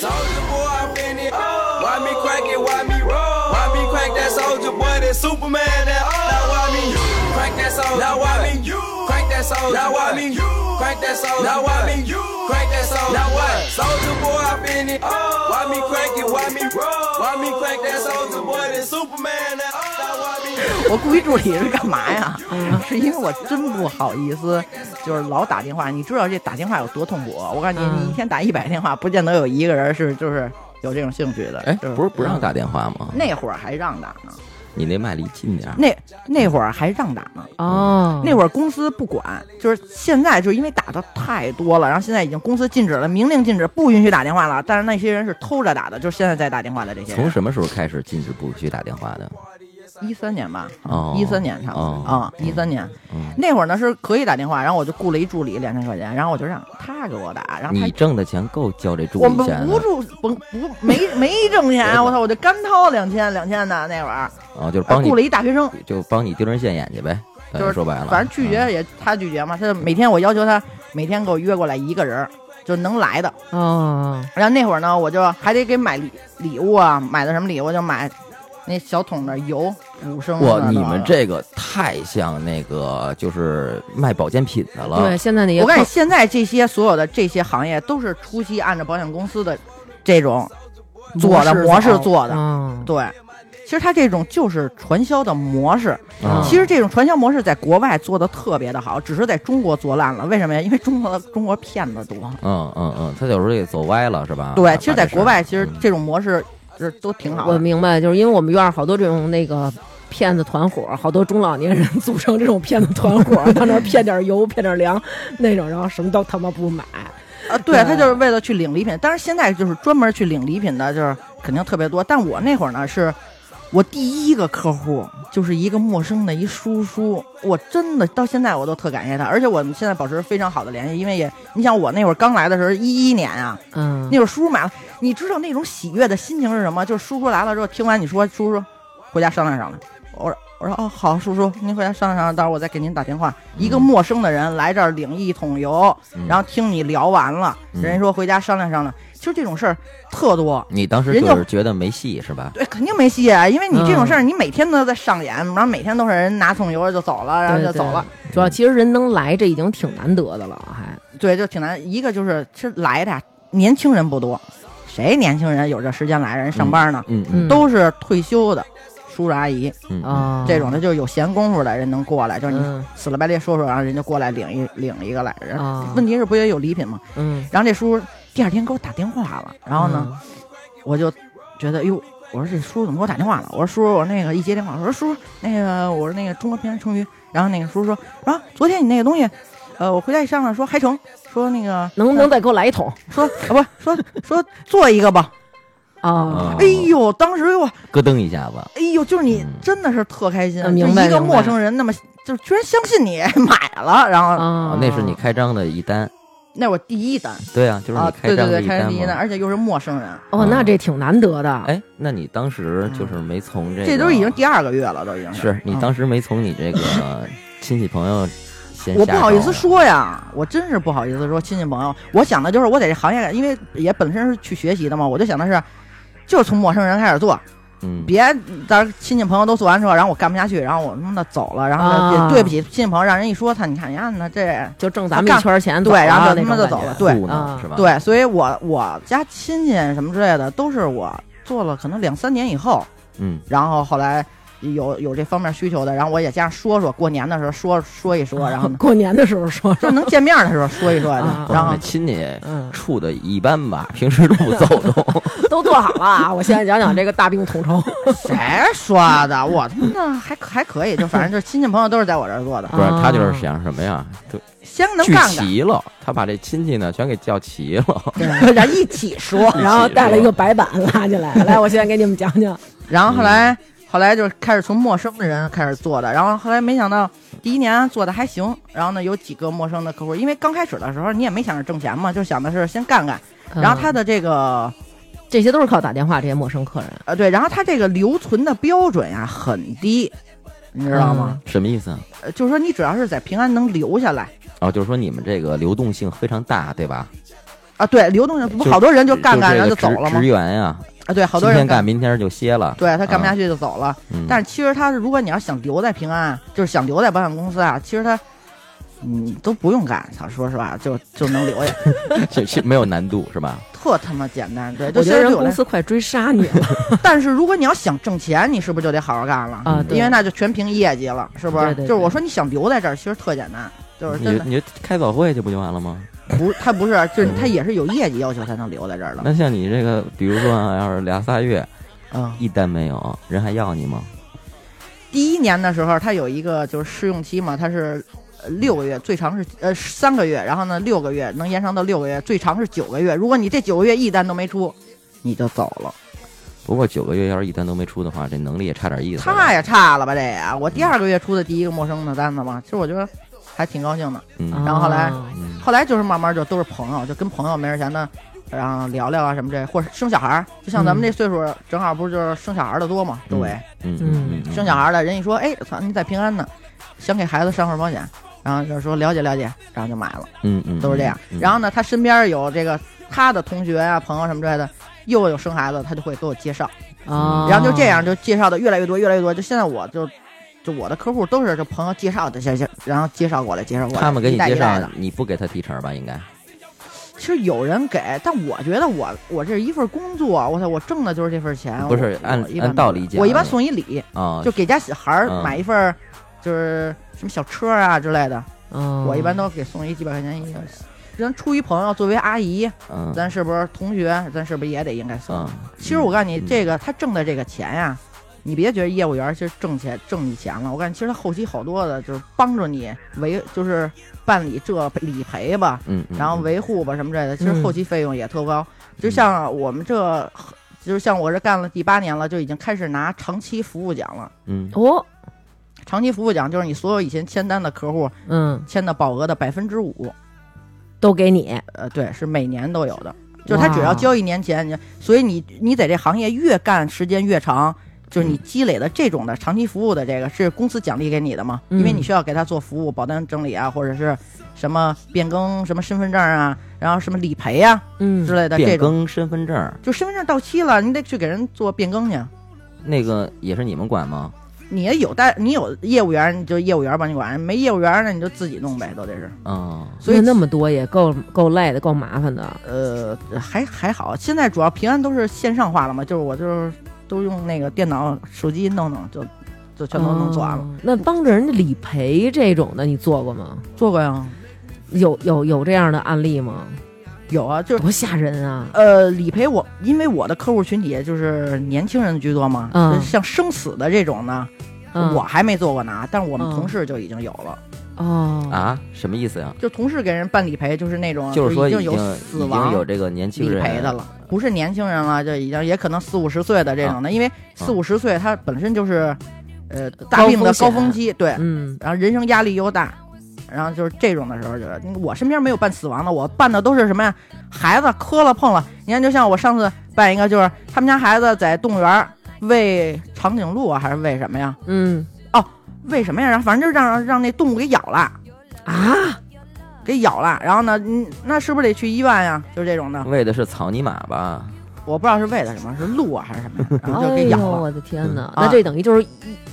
Speaker 5: Soldier boy, I'm in it. Why me crack it? Why me roll? Why me crack that soldier boy? That Superman? That oh. now why me you crack that soldier? Now why me you crack that soldier? Now why me you Crank that soldier. Now why me you? Crank that soldier. Now what? Soldier boy, I been it. Oh. Why me crank it? Why me roll? Why me crank that soldier boy? Then Superman. Now now why me you?
Speaker 4: 我故意注意是干嘛呀？
Speaker 1: 嗯
Speaker 4: 是因为我真不好意思，就是老打电话。你知道这打电话有多痛苦？啊我告诉你，
Speaker 1: 嗯
Speaker 4: 你一天打一百电话，不见得有一个人是就是有这种兴趣的。
Speaker 2: 哎，
Speaker 4: 就嗯
Speaker 2: 不是不让打电话吗？
Speaker 4: 那会儿还让打呢，
Speaker 2: 你那麦离近点儿。
Speaker 4: 那那会儿还让打呢。
Speaker 2: 嗯
Speaker 1: 哦，
Speaker 4: 那会儿公司不管，就是现在就是因为打的太多了，然后现在已经公司禁止了，明令禁止不允许打电话了。但是那些人是偷着打的，就是现在在打电话的这些人。
Speaker 2: 从什么时候开始禁止不许打电话的？
Speaker 4: 一三年吧，
Speaker 2: 哦
Speaker 4: 一三年差不
Speaker 2: 哦
Speaker 4: 多啊，一三年
Speaker 2: 嗯
Speaker 4: 那会儿呢是可以打电话，然后我就雇了一助理两千块钱，然后我就让他给我打，然后他
Speaker 2: 你挣的钱够交这住
Speaker 4: 我
Speaker 2: 一
Speaker 4: 们
Speaker 2: 钱
Speaker 4: 不
Speaker 2: 的，
Speaker 4: 住不不没没挣钱，我操，我就干掏两千两千的那会儿，
Speaker 2: 啊，就是帮你
Speaker 4: 雇了一大学生，
Speaker 2: 就帮你丢人现眼去呗。
Speaker 4: 就
Speaker 2: 咱
Speaker 4: 是
Speaker 2: 说白了，嗯
Speaker 4: 反正拒绝也他拒绝嘛，他就每天我要求他每天给我约过来一个人儿，就能来的，
Speaker 1: 哦，
Speaker 4: 然后那会儿呢，我就还得给买礼礼物啊，买的什么礼物就买那小桶的油五升
Speaker 2: 嗯。
Speaker 4: 的。
Speaker 2: 哇，你们这个太像那个就是卖保健品的了。
Speaker 1: 对，现在那些
Speaker 4: 我感觉现在这些所有的这些行业都是初期按照保险公司的这种做的模式做的
Speaker 1: 嗯
Speaker 4: 对。其实它这种就是传销的模式，
Speaker 2: 啊
Speaker 4: 其实这种传销模式在国外做的特别的好，只是在中国做烂了。为什么呀？因为中国的中国骗子多。
Speaker 2: 嗯嗯嗯，他有时候也走歪了是吧？
Speaker 4: 对，其实在
Speaker 2: 把这事儿
Speaker 4: 国外，其实
Speaker 2: 嗯
Speaker 4: 这种模式是都挺好
Speaker 1: 我
Speaker 4: 的。
Speaker 1: 明白，就是因为我们院儿好多这种那个骗子团伙，好多中老年人 组成这种骗子团伙，到那儿骗点油、骗点粮那种，然后什么都他妈不买。
Speaker 4: 啊，对
Speaker 1: 对
Speaker 4: 他就是为了去领礼品，但是现在就是专门去领礼品的，就是肯定特别多。但我那会儿呢，是我第一个客户就是一个陌生的一叔叔，我真的到现在我都特感谢他，而且我们现在保持非常好的联系，因为也你想我那会儿刚来的时候，一一年啊，
Speaker 1: 嗯
Speaker 4: 那，会儿叔叔买了，你知道那种喜悦的心情是什么？就是叔叔来了之后，听完你说叔叔，回家商量商量。我说我说哦好，叔叔您回家商量商量，到时候我再给您打电话。一个陌生的人来这儿领一桶油，
Speaker 2: 嗯
Speaker 4: 然后听你聊完了，
Speaker 2: 嗯
Speaker 4: 人家说回家商量商量。其实这种事儿特多，
Speaker 2: 你当时
Speaker 4: 人
Speaker 2: 就
Speaker 4: 就是
Speaker 2: 觉得没戏是吧？
Speaker 4: 对，肯定没戏啊，因为你这种事
Speaker 2: 嗯
Speaker 4: 儿你每天都在上演，然后每天都是人拿桶油就走了，然后就
Speaker 1: 对对
Speaker 4: 走了。
Speaker 1: 主要其实人能来，这已经挺难得的了，还
Speaker 4: 对，就挺难。一个就是其实来的呀啊年轻人不多，谁年轻人有这时间来？人上班呢。
Speaker 2: 嗯
Speaker 1: 嗯
Speaker 4: 都是退休的叔叔阿姨
Speaker 2: 嗯嗯
Speaker 1: 啊、
Speaker 4: 这种的，就是有闲工夫的人能过来，就是你
Speaker 1: 嗯
Speaker 4: 死了白咧说说，然后人家过来领一领一个来。人
Speaker 1: 啊
Speaker 4: 问题是不也有礼品吗？
Speaker 1: 嗯，
Speaker 4: 然后这叔第二天给我打电话了，然后呢，
Speaker 1: 嗯，
Speaker 4: 我就觉得哟。我说这叔怎么给我打电话了？我说叔，我那个一接电话，我说叔，那个我说那个中国平安成语，然后那个叔说啊，昨天你那个东西，呃，我回家一商量说还成，说那个
Speaker 1: 能不能再给我来一桶
Speaker 4: 说啊不说说做一个吧，
Speaker 1: 啊？
Speaker 4: 哎呦，当时我
Speaker 2: 咯噔一下子，
Speaker 4: 哎呦，就是你
Speaker 2: 嗯
Speaker 4: 真的是特开心，
Speaker 1: 嗯明白
Speaker 4: 就一个
Speaker 1: 明白
Speaker 4: 陌生人那么就是居然相信你买了，然后、
Speaker 1: 啊，
Speaker 2: 那是你开张的一单，
Speaker 4: 那我第一单
Speaker 2: 对啊，就是你
Speaker 4: 啊，对对
Speaker 2: 张的
Speaker 4: 对，
Speaker 2: 一
Speaker 4: 开
Speaker 2: 单
Speaker 4: 张第一
Speaker 2: 嘛。
Speaker 4: 单，而且又是陌生人，
Speaker 1: 哦，
Speaker 4: 嗯
Speaker 1: 那这挺难得的。
Speaker 2: 哎，那你当时就是没从这个，
Speaker 4: 这都是已经第二个月了，都已经嗯
Speaker 2: 是你当时没从你这 个亲戚朋友先，
Speaker 4: 我不好意思，说呀，我真是不好意思说亲戚朋友。我想的就是我在这行业，因为也本身是去学习的嘛，我就想的是，就是从陌生人开始做，
Speaker 2: 嗯，
Speaker 4: 别到时候亲戚朋友都做完之后，然后我干不下去，然后我他妈的走了，然后呢
Speaker 1: 啊
Speaker 4: 也对不起亲戚朋友，让人一说他，你看你看那这
Speaker 1: 就挣咱们一圈钱走
Speaker 4: 对，
Speaker 1: 了，
Speaker 4: 然后就
Speaker 1: 那
Speaker 4: 他妈
Speaker 1: 种感
Speaker 4: 就走
Speaker 1: 觉
Speaker 4: 了，对。嗯
Speaker 2: 糊弄
Speaker 1: 啊
Speaker 2: 是吧？，
Speaker 4: 对，所以我我家亲戚什么之类的，都是我做了可能两三年以后，
Speaker 2: 嗯
Speaker 4: 然后后来有有这方面需求的，然后我也加上说说，过年的时候说说一说， 然后呢
Speaker 1: 过年的时候说，
Speaker 4: 就能见面的时候说一说的
Speaker 1: 啊，
Speaker 4: 然
Speaker 2: 我
Speaker 4: 后
Speaker 2: 哦那亲戚
Speaker 1: 嗯，
Speaker 2: 处的一般吧， 平时都不走 动，
Speaker 1: 都做好了啊！我现在讲讲这个大病统筹，
Speaker 4: 谁说的？我他妈的还可还可以，就反正就是亲戚朋友都是在我这儿做的，
Speaker 2: 不是他就是想什么呀？就
Speaker 4: 先哦
Speaker 2: 啊
Speaker 4: 能
Speaker 2: 聚
Speaker 4: 干干，
Speaker 2: 齐了，他把这亲戚呢全给叫齐 了，
Speaker 4: 然 后一起说，
Speaker 1: 然后带了一个白板拉进 来，来，我现在给你们讲讲。
Speaker 4: 然
Speaker 2: 嗯
Speaker 4: 后后来。后来就是开始从陌生的人开始做的，然后后来没想到第一年做的还行，然后呢有几个陌生的客户，因为刚开始的时候你也没想着挣钱嘛，就想的是先干干，
Speaker 2: 嗯
Speaker 4: 然后他
Speaker 1: 的
Speaker 4: 的这个
Speaker 1: 这些都是靠打电话，这些陌生客人，
Speaker 4: 呃对，然后他这个留存的标准呀、很低，你知道吗？
Speaker 2: 什么意思啊？
Speaker 4: 呃就是说你只要是在平安能留下来
Speaker 2: 哦，就是说你们这个流动性非常大，对吧？
Speaker 4: 啊，对，流动性不
Speaker 2: 就
Speaker 4: 好多人就干干
Speaker 2: 这
Speaker 4: 然后
Speaker 2: 个
Speaker 4: 就走
Speaker 2: 职
Speaker 4: 了吗
Speaker 2: 职？员呀，
Speaker 4: 啊，对，好
Speaker 2: 今
Speaker 4: 多人
Speaker 2: 天干，明天就歇了。
Speaker 4: 对他干不下去就走了。
Speaker 2: 嗯，
Speaker 4: 但是其实他如果你要想留在平安，就是想留在保险公司啊，其实他嗯，都不用干，操，说实话就就能留 下，
Speaker 2: 啊这这没有难度是吧？
Speaker 4: 特他妈简单。对，就
Speaker 1: 我
Speaker 4: 其
Speaker 1: 觉得
Speaker 4: 实对
Speaker 1: 人
Speaker 4: 我来
Speaker 1: 公司快追杀你 了
Speaker 4: 但是如果你要想挣钱，你是不是就得好好干了？
Speaker 1: 啊！对
Speaker 4: 因为那就全凭业绩了，是不是？
Speaker 1: 对对对
Speaker 4: 就是我说你想留在这儿，其实特简单，就是真
Speaker 2: 你
Speaker 4: 的嗯
Speaker 2: 你就开早会去不就完了吗？
Speaker 4: 不，他不是，就是
Speaker 2: 嗯
Speaker 4: 他也是有业绩要求才能留在这儿的。
Speaker 2: 那像你这个，比如说啊，要是俩仨月
Speaker 4: 嗯，
Speaker 2: 一单没有，人还要你吗？
Speaker 4: 第一年的时候，他有一个就是试用期嘛，他是呃六个月，最长是呃三个月，然后呢六个月能延长到六个月，最长是九个月。如果你这九个月一单都没出，你就走了，
Speaker 2: 不过九个月要是一单都没出的话，这能力也差点意思了。
Speaker 4: 差也差了吧这也。我第二个月出的第一个陌生的单子嘛，其实我觉得还挺高兴的。
Speaker 2: 嗯
Speaker 4: 然后后来
Speaker 1: 啊
Speaker 2: 嗯
Speaker 4: 后来就是慢慢就都是朋友，就跟朋友没事闲的，然后聊聊啊什么这，或者生小孩儿，就像咱们这岁数，正好不是就是生小孩儿的多嘛，周围、
Speaker 2: 嗯嗯嗯，
Speaker 4: 生小孩儿的人一说，哎，操，你在平安呢，想给孩子上份保险，然后就说了解了解，然后就买了，
Speaker 2: 嗯嗯
Speaker 4: 都是这样。然后呢，他身边有这个他的同学啊、朋友什么之类的。又有生孩子，他就会给我介绍，
Speaker 2: 哦
Speaker 1: 啊！
Speaker 4: 然后就这样就介绍的越来越多，越来越多。就现在我就，就我的客户都是就朋友介绍的，这些，然后介绍过来，介绍过来，
Speaker 2: 他们给你
Speaker 4: 一代
Speaker 2: 介
Speaker 4: 一代的
Speaker 2: 绍，你不给他提成吧？应该
Speaker 4: 其实有人给，但我觉得我我这一份工作，我操，我挣的就是这份钱。
Speaker 2: 不是
Speaker 4: 我
Speaker 2: 按
Speaker 4: 我一般
Speaker 2: 按道理讲
Speaker 4: 我一般送一礼，
Speaker 2: 啊
Speaker 4: 就，给家小孩儿
Speaker 2: 嗯
Speaker 4: 买一份儿，就是什么小车啊之类的，
Speaker 1: 嗯，
Speaker 4: 我一般都给送一几百块钱一个。咱出于朋友，作为阿姨，
Speaker 2: 嗯
Speaker 4: 咱是不是同学？咱是不是也得应该送？
Speaker 2: 嗯，
Speaker 4: 其实我告诉你，
Speaker 2: 嗯
Speaker 4: 这个他挣的这个钱呀、你别觉得业务员其实挣钱挣你钱了，我感觉其实他后期好多的就是帮着你维，就是办理这理赔吧，
Speaker 2: 嗯，嗯
Speaker 4: 然后维护吧什么之类的，其实
Speaker 1: 嗯
Speaker 4: 后期费用也特高。就像我们这，就是像我这干了第八年了，就已经开始拿长期服务奖了。
Speaker 2: 嗯
Speaker 1: 哦，
Speaker 4: 长期服务奖就是你所有以前签单的客户
Speaker 1: 嗯，
Speaker 4: 签的保额的百分之五，
Speaker 1: 都给你，
Speaker 4: 呃，对，是每年都有的。就是他只要
Speaker 1: 哇
Speaker 4: 交一年钱，你所以你你在这行业越干时间越长，就是你积累的这种的长期服务的这个是公司奖励给你的嘛？因为
Speaker 1: 嗯
Speaker 4: 你需要给他做服务、保单整理啊，或者是什么变更什么身份证啊，然后什么理赔啊
Speaker 1: 嗯
Speaker 4: 之类的这
Speaker 2: 变
Speaker 4: 种。
Speaker 2: 更身份证，
Speaker 4: 就身份证到期了，你得去给人做变更去。
Speaker 2: 那个也是你们管吗？
Speaker 4: 你也有带，你有业务员，你就业务员帮你管；没业务员那你就自己弄呗，都得是。
Speaker 2: 嗯，
Speaker 4: 所以
Speaker 1: 那那么多也够够累的，够麻烦的。
Speaker 4: 呃，还还好，现在主要平安都是线上化了嘛，就是我就是都用那个电脑、手机弄弄，就就全都弄做完了。
Speaker 1: 哦那帮着人家理赔这种的，你做过吗？
Speaker 4: 做过呀，
Speaker 1: 有有有这样的案例吗？
Speaker 4: 有啊，就是
Speaker 1: 多吓人啊！
Speaker 4: 呃，理赔我，因为我的客户群体就是年轻人居多嘛，
Speaker 1: 嗯
Speaker 4: 就是像生死的这种呢，
Speaker 1: 嗯
Speaker 4: 我还没做过呢，但是我们
Speaker 1: 嗯
Speaker 4: 同事就已经有了。
Speaker 1: 哦，
Speaker 2: 啊，什么意思呀？
Speaker 4: 就同事给人办理赔，啊就是那种
Speaker 2: 就是说
Speaker 4: 已
Speaker 2: 已
Speaker 4: 经
Speaker 2: 经已
Speaker 4: 有死
Speaker 2: 经
Speaker 4: 亡
Speaker 2: 有这个年轻
Speaker 4: 理
Speaker 2: 人
Speaker 4: 赔的了，不是年轻人了，就已经也可能四五十岁的这
Speaker 1: 啊
Speaker 4: 种的，因为四五十岁他本身就是呃大病的
Speaker 1: 高
Speaker 4: 高
Speaker 1: 风
Speaker 4: 峰期，对，
Speaker 1: 嗯
Speaker 4: 然后人生压力又大，然后就是这种的时候，就是我身边没有办死亡的，我办的都是什么呀？孩子磕了碰了，你看，就像我上次办一个，就是他们家孩子在动物园儿喂长颈鹿啊，还是喂什么呀？
Speaker 1: 嗯
Speaker 4: 喂什么呀？然后反正就是让让那动物给咬了，
Speaker 1: 啊，
Speaker 4: 给咬了，然后呢，嗯，那是不是得去医院呀？就是这种的。
Speaker 2: 喂的是草泥马吧？
Speaker 4: 我不知道是为了什么，是鹿啊还是什么呀，然后就
Speaker 1: 哎
Speaker 4: 给咬
Speaker 1: 呦
Speaker 4: 了。
Speaker 1: 我的天哪！
Speaker 4: 嗯
Speaker 1: 那这等于就是意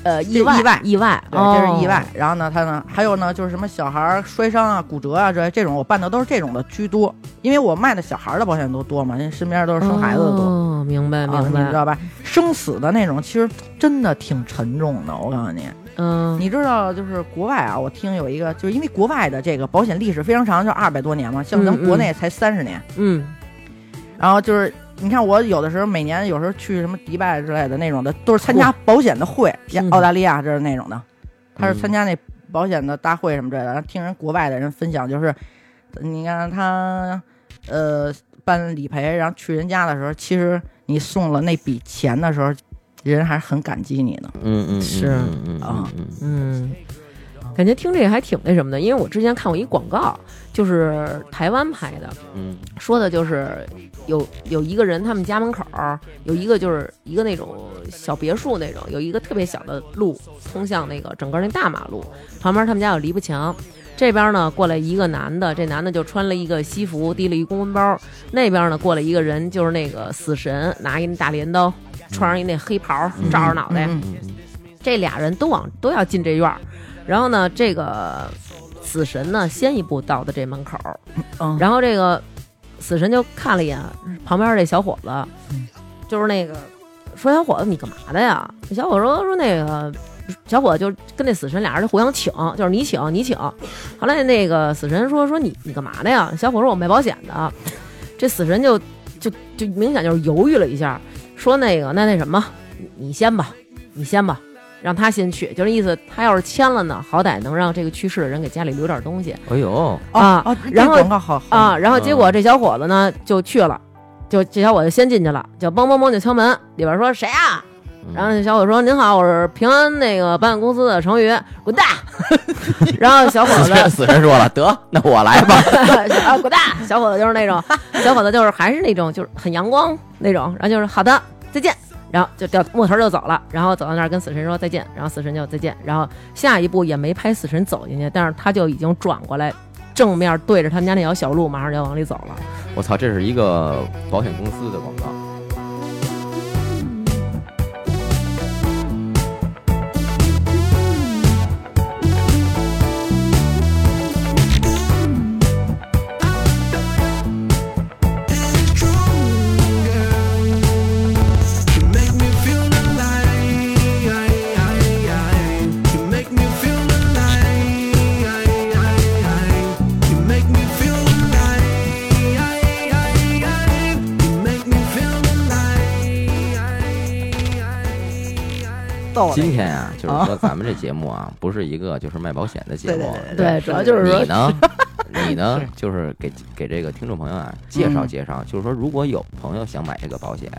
Speaker 1: 呃
Speaker 4: 这
Speaker 1: 意外
Speaker 4: 意外
Speaker 1: 意外，
Speaker 4: 对，
Speaker 1: 哦
Speaker 4: 这是意外。。然后呢，他呢，还有呢，就是什么小孩儿摔伤啊、骨折啊这这种，我办的都是这种的居多，因为我卖的小孩儿的保险都多嘛，因为身边都是生孩子的多。
Speaker 1: 哦，明白
Speaker 4: 啊，
Speaker 1: 明
Speaker 4: 你知
Speaker 1: 白，
Speaker 4: 道吧？生死的那种，其实真的挺沉重的。我告诉你，
Speaker 1: 嗯，
Speaker 4: 你知道，就是国外啊，我听有一个，就是因为国外的这个保险历史非常长，就二百多年嘛，像咱
Speaker 1: 嗯嗯
Speaker 4: 们国内才三十年。
Speaker 1: 嗯
Speaker 4: 然后就是，你看我有的时候每年有时候去什么迪拜之类的那种的，都是参加保险的会，像
Speaker 1: 嗯
Speaker 4: 澳大利亚这是那种的，他是参
Speaker 2: 加
Speaker 4: 加那保险的大会什么之类的，然后听人国外的人分享，就是你看他呃办理赔，然后去人家的时候，其实你送了那笔钱的时候，人还是很感激你的。
Speaker 2: 嗯嗯
Speaker 1: 是
Speaker 2: 嗯嗯
Speaker 4: 啊
Speaker 2: 嗯嗯
Speaker 1: 嗯，感觉听这个还挺那什么的，因为我之前看过一广告，就是台湾拍的，
Speaker 2: 嗯
Speaker 1: 说的就是有有一个人，他们家门口儿有一个就是一个那种小别墅那种，有一个特别小的路通向那个整个那大马路，旁边他们家有篱笆墙。这边呢过来一个男的，这男的就穿了一个西服，提了一公文包。那边呢过来一个人，就是那个死神，拿一那大镰刀，穿上一那黑袍，罩着脑袋。
Speaker 4: 嗯
Speaker 2: 嗯嗯
Speaker 1: 这俩人都往都要进这院儿，然后呢，这个死神呢先一步到的这门口，
Speaker 4: 嗯，
Speaker 1: 然后这个死神就看了一眼旁边这小伙子，
Speaker 4: 嗯
Speaker 1: 就是那个说小伙子你干嘛的呀？那小伙子说说那个小伙子就跟那死神俩人就互相请，就是你请你请。后来那个死神说说你你干嘛的呀？小伙说我卖保险的。这死神就就就明显就是犹豫了一下，说那个那那什么你你先吧，你先吧。让他先去，就是意思，他要是签了呢，好歹能让这个去世的人给家里留点东西。
Speaker 2: 哎呦，
Speaker 4: 哦
Speaker 1: 啊
Speaker 4: 哦，
Speaker 1: 然后
Speaker 4: 这广告好好
Speaker 1: 啊，然后结果这小伙子呢就去了，就这小伙子先进去了，就梆梆梆就敲门，里边说谁啊？
Speaker 2: 嗯
Speaker 1: 然后那小伙子说：“您好，我是平安那个保险公司的程宇，滚蛋！” 然后小伙子
Speaker 2: 死神说 了，得，那我来吧。
Speaker 1: 啊滚蛋！ 小伙子就是那种，小伙子就是还是那种就是很阳光那种，然后就是好的再见，然后就掉木头就走了，然后走到那儿跟死神说再见，然后死神就再见，然后下一步也没拍死神走进去，但是他就已经转过来，正面对着他们家那条小路，马上就往里走了。
Speaker 2: 我操，这是一个保险公司的广告。
Speaker 4: 哦逗的
Speaker 2: 今天啊，就是说咱们这节目啊，不是一个就是卖保险的节目。啊
Speaker 4: 对
Speaker 1: 对，主要就是说
Speaker 2: 你呢， 你呢，就是给给这个听众朋友啊介绍
Speaker 4: 嗯
Speaker 2: 介绍，就是说如果有朋友想买这个保险，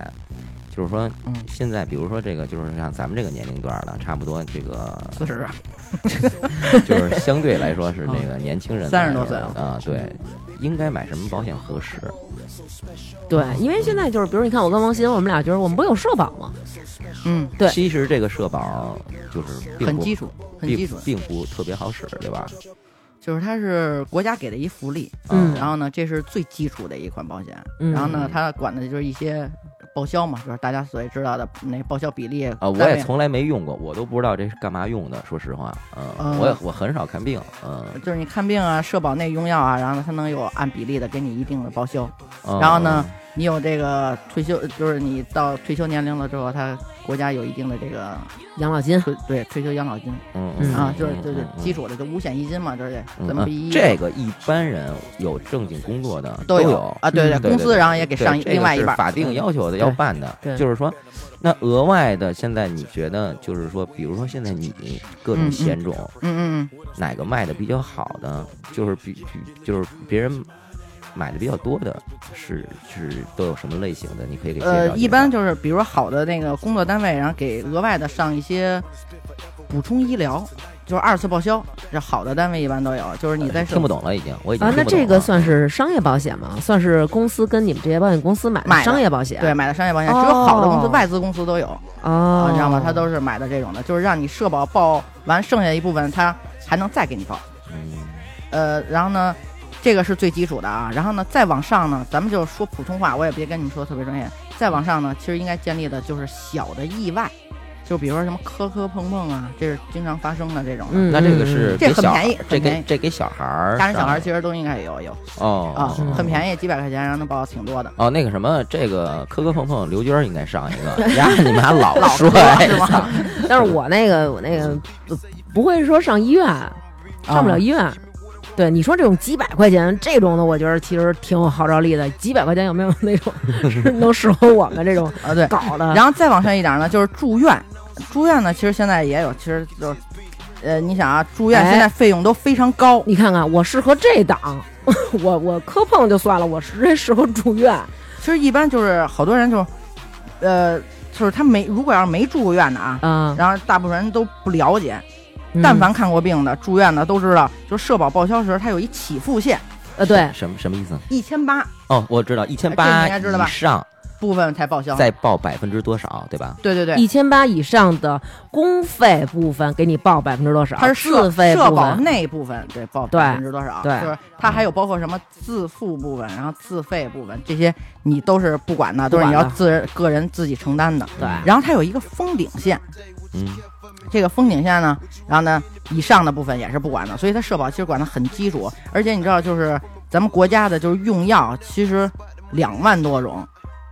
Speaker 2: 就是说
Speaker 4: 嗯
Speaker 2: 现在比如说这个就是像咱们这个年龄段儿的，差不多这个
Speaker 4: 四十，
Speaker 2: 就是相对来说是那个年轻人
Speaker 4: 哦30多岁了
Speaker 2: 啊，对，应该买什么保险合适？
Speaker 1: 对，因为现在就是，比如你看我跟王鑫，我们俩觉得我们不是有社保吗？
Speaker 4: 嗯，
Speaker 1: 对
Speaker 2: 其实这个社保就是并
Speaker 4: 很
Speaker 2: 不
Speaker 4: 基础，很
Speaker 2: 并
Speaker 4: 基础的，
Speaker 2: 并不特别好使，对吧？
Speaker 4: 就是它是国家给的一福利，啊
Speaker 1: 嗯
Speaker 4: 然后呢，这是最基础的一款保险，
Speaker 1: 嗯
Speaker 4: 然后呢，它管的就是一些报销嘛，就是大家所知道的那报销比例
Speaker 2: 啊，我
Speaker 4: 单
Speaker 2: 也
Speaker 4: 位
Speaker 2: 从来没用过，我都不知道这是干嘛用的。说实话，嗯，
Speaker 4: 嗯
Speaker 2: 我也我很少看病，嗯，
Speaker 4: 就是你看病啊，社保内用药啊，然后呢，它能有按比例的给你一定的报销。
Speaker 2: 嗯
Speaker 4: 然后呢，你有这个退休，就是你到退休年龄了之后，它国家有一定的这个
Speaker 1: 养老金，
Speaker 4: 退 对退休养老金
Speaker 2: 嗯
Speaker 1: 嗯
Speaker 4: 啊，就是就是基
Speaker 2: 础。
Speaker 4: 础的，就五险一金嘛，这是
Speaker 2: 嗯
Speaker 4: 咱
Speaker 2: 啊
Speaker 4: 们一
Speaker 2: 这个一般人有正经工作的
Speaker 4: 都
Speaker 2: 有嗯
Speaker 4: 啊，对
Speaker 2: 对对
Speaker 4: 公司然后也给
Speaker 2: 对
Speaker 4: 上一
Speaker 2: 这个
Speaker 4: 另外一
Speaker 2: 是
Speaker 4: 半儿
Speaker 2: 法定要求的
Speaker 1: 嗯
Speaker 2: 要办的
Speaker 1: 对，对
Speaker 2: 就是说，那额外的现在你觉得就是说，比如说现在你各种
Speaker 4: 嗯嗯
Speaker 2: 险种，
Speaker 4: 嗯嗯
Speaker 2: 哪个卖的比较好的，就是比比就是别人买的比较多的，是是都有什么类型的？你可以给
Speaker 4: 嗯，
Speaker 2: 介绍介
Speaker 4: 呃
Speaker 2: 绍，
Speaker 4: 一般就是比如说好的那个工作单位，然后给额外的上一些补充医疗，就是二次报销，这好的单位一般都有，就是你在
Speaker 2: 听不懂了，已经我已经
Speaker 1: 啊，
Speaker 2: 听
Speaker 1: 那
Speaker 2: 不懂
Speaker 1: 这个
Speaker 2: 了
Speaker 1: 算是商业保险吗？算是公司跟你们这些保险公司买
Speaker 4: 买的
Speaker 1: 商业保险？
Speaker 4: 对，买的商业保险，只有好的公司、外资公司都有，
Speaker 1: 哦，
Speaker 4: 啊，你知道吗？他都是买的这种的，就是让你社保报完剩下一部分，他还能再给你报。
Speaker 2: 嗯
Speaker 4: 呃，然后呢，这个是最基础的啊。然后呢，再往上呢，咱们就说普通话，我也别跟你们说特别专业。再往上呢，其实应该建立的就是小的意外，就比如说什么磕磕碰碰啊，这是经常发生的这种的。
Speaker 1: 嗯，嗯，
Speaker 2: 那这个是
Speaker 4: 这
Speaker 2: 给
Speaker 4: 很
Speaker 2: 小
Speaker 4: 便宜
Speaker 2: 这
Speaker 4: 很便
Speaker 2: 给
Speaker 4: 宜
Speaker 2: 这给小孩儿上的，
Speaker 4: 大人小孩其实都应该也有有
Speaker 2: 哦
Speaker 4: 啊
Speaker 2: 哦，
Speaker 4: 很便宜，几百块钱，然后能报挺多的。
Speaker 2: 哦，那个什么，这个磕磕碰碰，刘娟儿应该上一 个，呀，你们还老
Speaker 4: 老
Speaker 2: 说
Speaker 4: 磕
Speaker 2: 哎
Speaker 4: 是吗？
Speaker 1: 嗯 但是我那个我那个不不会说上医院，
Speaker 4: 啊
Speaker 1: 上
Speaker 4: 嗯
Speaker 1: 不了医院。对你说这种几百块钱这种的，我觉得其实挺有号召力的。几百块钱有没有那 种是能适合我们这种
Speaker 4: 啊，对。
Speaker 1: 搞的？
Speaker 4: 然后再往上一点呢，就是住院。住院呢，其实现在也有，其实就是，呃，你想啊，住院
Speaker 1: 哎
Speaker 4: 现在费用都非常高，
Speaker 1: 你看看，我适合这档， 我我磕碰就算了，我直接适合住院。
Speaker 4: 其实一般就是好多人就是，呃，就是他没如果要是没住过院的啊，
Speaker 1: 啊，
Speaker 4: 然后大部分人都不了解，
Speaker 1: 嗯
Speaker 4: 但凡看过病的、住院的都知道，就是社保报销时它有一起付线
Speaker 1: 呃对，
Speaker 2: 什么什么意思？
Speaker 4: 一千八，
Speaker 2: 哦，我知道，一千
Speaker 4: 啊这你
Speaker 2: 八
Speaker 4: 应该知道吧
Speaker 2: 以上，
Speaker 4: 部分才报销。
Speaker 2: 再报百分之多少，对吧？
Speaker 4: 对对对，
Speaker 1: 一千八以上的公费部分给你报百分之多少？
Speaker 4: 它是社
Speaker 1: 自费
Speaker 4: 社
Speaker 1: 部
Speaker 4: 保
Speaker 1: 分，
Speaker 4: 那部分对报
Speaker 1: 对
Speaker 4: 百分之多少？啊
Speaker 1: 对
Speaker 4: 就是它还有包括什么自付部分，然后自费部分这些你都是不管的，
Speaker 1: 不
Speaker 4: 都是
Speaker 1: 管
Speaker 4: 你
Speaker 1: 的
Speaker 4: 要自个人自己承担的。
Speaker 1: 对
Speaker 4: 然后它有一个封顶线，
Speaker 2: 嗯，
Speaker 4: 这个封顶线呢，然后呢以上的部分也是不管的，所以它社保其实管的很基础，而且你知道就是咱们国家的就是用药其实两万多种。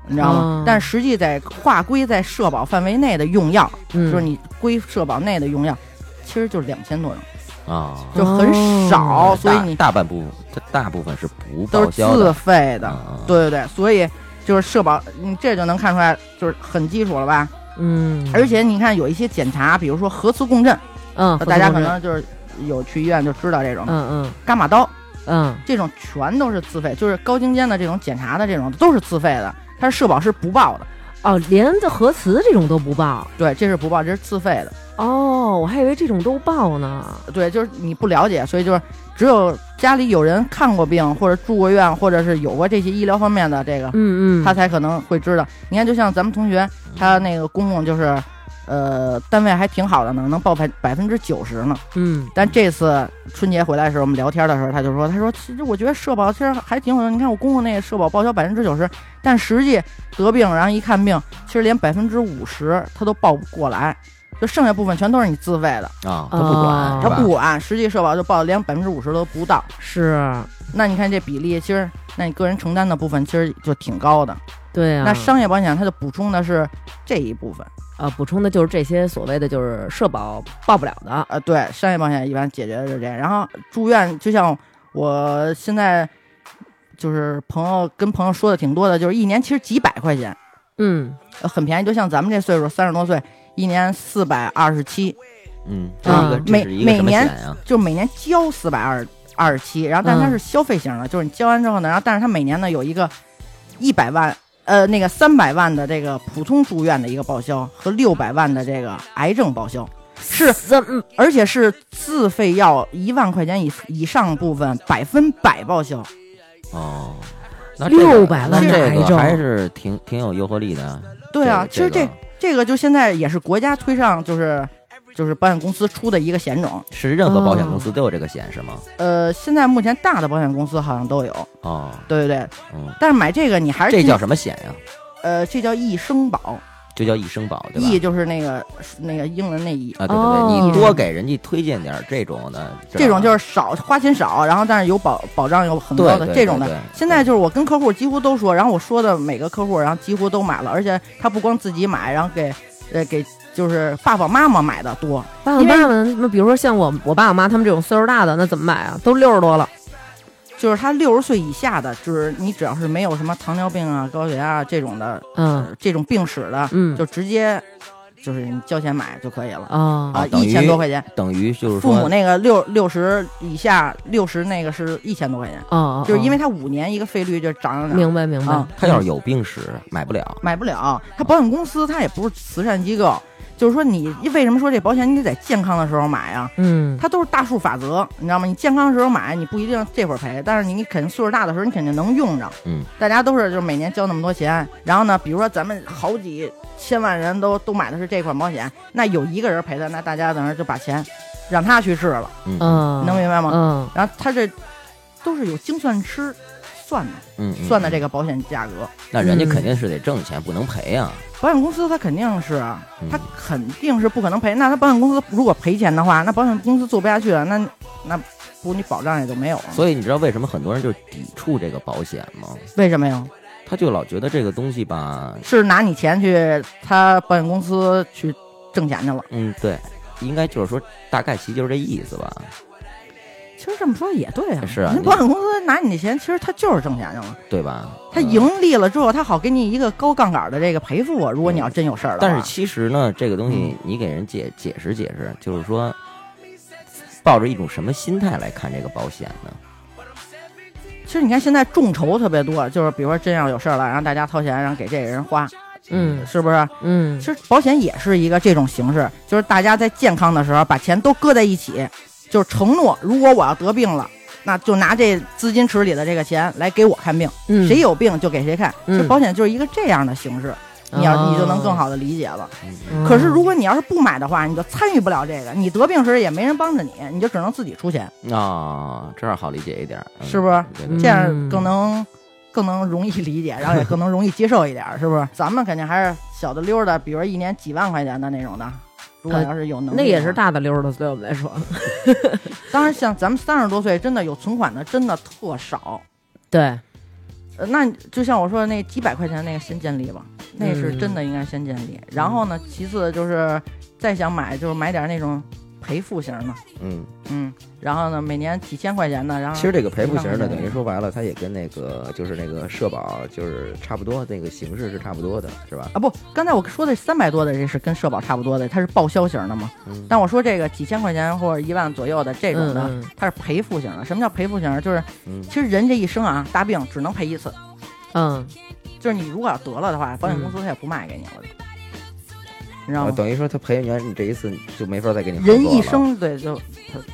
Speaker 4: 你知道吗？
Speaker 1: 哦
Speaker 4: 但实际在划归在社保范围内的用药，
Speaker 1: 嗯，
Speaker 4: 就是你归社保内的用药，其实就是两千多种。
Speaker 2: 啊，嗯
Speaker 4: 就很少，
Speaker 1: 哦
Speaker 4: 所以
Speaker 2: 大
Speaker 4: 你
Speaker 2: 大半部分，它大部分是不
Speaker 4: 都
Speaker 2: 报
Speaker 4: 是
Speaker 2: 销
Speaker 4: 自
Speaker 2: 的，
Speaker 4: 费的。
Speaker 2: 啊，
Speaker 4: 对对对，所以就是社保，你这就能看出来，就是很基础了吧？
Speaker 1: 嗯，
Speaker 4: 而且你看有一些检查，比如说核磁共振，
Speaker 1: 嗯，
Speaker 4: 呃大家可
Speaker 1: 合
Speaker 4: 能就是有去医院就知道这种
Speaker 1: 同嗯
Speaker 4: 伽马刀
Speaker 1: 嗯嗯
Speaker 4: 这种全都是自费，就是高精尖的这种检查的这种都是自费的，它是社保是不报的。
Speaker 1: 哦，连这核磁这种都不报
Speaker 4: 对，这是不报，这是自费的。
Speaker 1: 哦，我还以为这种都报呢。
Speaker 4: 对，就是你不了解，所以就是只有家里有人看过病，或者住过院，或者是有过这些医疗方面的这个
Speaker 1: 嗯嗯，
Speaker 4: 他才可能会知道。你看，就像咱们同学，他那个公公就是，呃，单位还挺好的呢，能报百百分之九十呢。
Speaker 1: 嗯
Speaker 4: 但这次春节回来的时候，我们聊天的时候，他就说，他说其实我觉得社保其实还挺好的。你看我公公那个社保报销百分之九十，但实际得病，然后一看病，其实连百分之五十他都报不过来。就剩下部分全都是你自费的，
Speaker 2: 啊，他不管，
Speaker 1: 哦
Speaker 2: 是
Speaker 4: 他
Speaker 2: 吧
Speaker 4: 不管，实际社保就报连百分之五十都不到。
Speaker 1: 是，
Speaker 4: 那你看这比例，其实那你个人承担的部分其实就挺高的。
Speaker 1: 对啊。
Speaker 4: 那商业保险它就补充的是这一部分，
Speaker 1: 呃补充的就是这些所谓的就是社保报不了的，
Speaker 4: 呃，对，商业保险一般解决的是这样。然后住院，就像我现在就是朋友跟朋友说的挺多的，就是一年其实几百块钱，
Speaker 1: 嗯
Speaker 4: 呃很便宜。就像咱们这岁数，三十多岁，一年四百二十七，
Speaker 2: 嗯，这是一个
Speaker 1: 嗯
Speaker 2: 这是一个
Speaker 4: 啊每
Speaker 2: 什么
Speaker 4: 每年
Speaker 2: 险啊？
Speaker 4: 就是每年交四百二二十七，然后但它是消费型的，就是你交完之后呢，然后但是它每年呢有一个一百万。呃，那个三百万的这个普通住院的一个报销和六百万的这个癌症报销，是
Speaker 1: 怎么
Speaker 4: 而且是自费药一万块钱以以上部分百分百报销。
Speaker 2: 哦，那这个
Speaker 1: 600万
Speaker 2: 那
Speaker 1: 的癌
Speaker 2: 这
Speaker 1: 症
Speaker 2: 个还是挺挺有诱惑力的啊。
Speaker 4: 对啊，其
Speaker 2: 这
Speaker 4: 实
Speaker 2: 个
Speaker 4: 这这个就现在也是国家推上，就是就是保险公司出的一个险种。
Speaker 2: 是任何保险
Speaker 1: 哦
Speaker 4: 嗯
Speaker 2: 公司都有这个险是吗？
Speaker 4: 呃，现在目前大的保险公司好像都有，
Speaker 2: 哦，
Speaker 4: 对对对。
Speaker 2: 嗯，
Speaker 4: 但是买这个你还是
Speaker 2: 这
Speaker 4: 尽
Speaker 2: 叫什么险呀？
Speaker 4: 呃，这叫一生保，
Speaker 2: 这叫一生保对吧？
Speaker 4: 一就是那个那个英文那一。
Speaker 2: 啊，对对
Speaker 1: 哦
Speaker 2: 对，你多给人家推荐点儿这种的，
Speaker 4: 这种就是是少花钱少，然后但是有保保障有很高
Speaker 2: 对
Speaker 4: 的
Speaker 2: 对
Speaker 4: 这种
Speaker 2: 对
Speaker 4: 的
Speaker 2: 对。
Speaker 4: 现在就是我跟客户几乎都说，然后我说的每个客户，然后几乎都买了，而且他不光自己买，然后给呃给就是爸爸妈妈买的多，
Speaker 1: 爸爸
Speaker 4: 因为
Speaker 1: 妈妈那比如说像我我爸我妈他们这种岁数大的，那怎么买啊？都六十多了，
Speaker 4: 就是他六十岁以下的，就是你只要是没有什么糖尿病啊、高血压啊这种的、
Speaker 1: 嗯
Speaker 4: 这种病史的，
Speaker 1: 嗯
Speaker 4: 就直接就是你交钱买就可以了
Speaker 1: 啊
Speaker 4: 啊，
Speaker 2: 等于
Speaker 4: 一千多块钱。
Speaker 2: 等于就是
Speaker 4: 父母
Speaker 2: 说，
Speaker 4: 那个六六十以下，六十那个是一千多块钱，
Speaker 2: 嗯
Speaker 1: 哦，
Speaker 4: 就是因为
Speaker 1: 哦
Speaker 4: 它五年一个费率就涨了点儿，
Speaker 1: 明白明白
Speaker 4: 啊，
Speaker 2: 他要是有病史买不了，
Speaker 4: 买不了。它保险公司它也不是慈善机构，就是说你为什么说这保险你得在健康的时候买啊？
Speaker 1: 嗯
Speaker 4: 它都是大数法则，你知道吗？你健康的时候买，你不一定这会儿赔，但是你肯定岁数大的时候，你肯定能用着。
Speaker 2: 嗯，
Speaker 4: 大家都是就是每年交那么多钱，然后呢，比如说咱们好几千万人都都买的是这款保险，那有一个人赔的，那大家等于就把钱让他去试了，
Speaker 2: 嗯嗯
Speaker 1: 嗯，
Speaker 4: 能明白吗？
Speaker 1: 嗯
Speaker 4: 然后他这都是有精算师算的，
Speaker 2: 嗯，嗯
Speaker 4: 算的这，个保险价格。
Speaker 2: 那人家
Speaker 1: 嗯
Speaker 2: 肯定是得挣钱，不能赔啊。
Speaker 4: 保险公司他肯定是啊，
Speaker 2: 嗯
Speaker 4: 他肯定是不可能赔。那他保险公司如果赔钱的话，那保险公司做不下去了，那那不你保障也就没有了。
Speaker 2: 所以你知道为什么很多人就抵触这个保险吗？
Speaker 4: 为什么呀？
Speaker 2: 他就老觉得这个东西吧，
Speaker 4: 是拿你钱去他保险公司去挣钱去了。
Speaker 2: 嗯，对，应该就是说大概其就是这意思吧。
Speaker 4: 其实这么说也对啊，
Speaker 2: 是啊
Speaker 4: 人
Speaker 2: 你
Speaker 4: 保险公司拿你的钱，其实他就是挣钱去了。
Speaker 2: 对吧？
Speaker 4: 他
Speaker 2: 嗯
Speaker 4: 盈利了之后，他好给你一个高杠杆的这个赔付啊。如果你要真有事儿了，
Speaker 2: 嗯
Speaker 4: 嗯
Speaker 2: 但是其实呢，这个东西你给人解解释解释，就是说，抱着一种什么心态来看这个保险呢？
Speaker 4: 其实你看现在众筹特别多，就是比如说真要有事儿了，然后大家掏钱，然后给这个人花，
Speaker 1: 嗯
Speaker 4: 是不是？
Speaker 1: 嗯
Speaker 4: 其实保险也是一个这种形式，就是大家在健康的时候把钱都搁在一起，就是承诺，如果我要得病了，那就拿这资金池里的这个钱来给我看病，
Speaker 1: 嗯
Speaker 4: 谁有病就给谁看。
Speaker 1: 嗯哦
Speaker 4: 这保险就是一个这样的形式，你要你就能更好的理解了。
Speaker 1: 嗯
Speaker 4: 可是如果你要是不买的话，你就参与不了这个，你得病时也没人帮着你，你就只能自己出钱，
Speaker 2: 啊，这样好理解一点儿，嗯
Speaker 4: 是不是？
Speaker 2: 对
Speaker 1: 嗯
Speaker 2: 对
Speaker 4: 这样更能更能容易理解，然后也更能容易接受一点儿，是不是？咱们肯定还是小的溜儿的，比如一年几万块钱的那种的。如果要是有能力、
Speaker 1: 呃嗯那也是。大的溜儿的，对我们来说，
Speaker 4: 当然，像咱们三十多岁，真的有存款的真的特少。
Speaker 1: 对，
Speaker 4: 呃那就像我说的那几百块钱那个先建立吧，那是真
Speaker 1: 嗯
Speaker 4: 的应该先建立。然后呢，其次就是再想买，就是买点那种赔付型的，
Speaker 2: 嗯，
Speaker 4: 嗯，然后呢，每年几千块钱的，然后
Speaker 2: 其实这个赔付型
Speaker 4: 的
Speaker 2: 的，等于说白了，它也跟那个就是那个社保就是差不多，那个形式是差不多的，是吧？
Speaker 4: 啊不，刚才我说的三百多的这是跟社保差不多的，它是报销型的嘛。
Speaker 2: 嗯
Speaker 4: 但我说这个几千块钱或者一万左右的这种的，
Speaker 1: 嗯嗯
Speaker 4: 它是赔付型的。什么叫赔付型？就是
Speaker 2: 嗯
Speaker 4: 其实人这一生啊，大病只能赔一次，
Speaker 1: 嗯，
Speaker 4: 就是你如果要得了的话，保险公司它也不卖给你了，你知道
Speaker 2: 啊
Speaker 4: 吗？
Speaker 2: 等于说他赔完你这一次就没法再给你合作
Speaker 4: 人一
Speaker 2: 了
Speaker 4: 生对就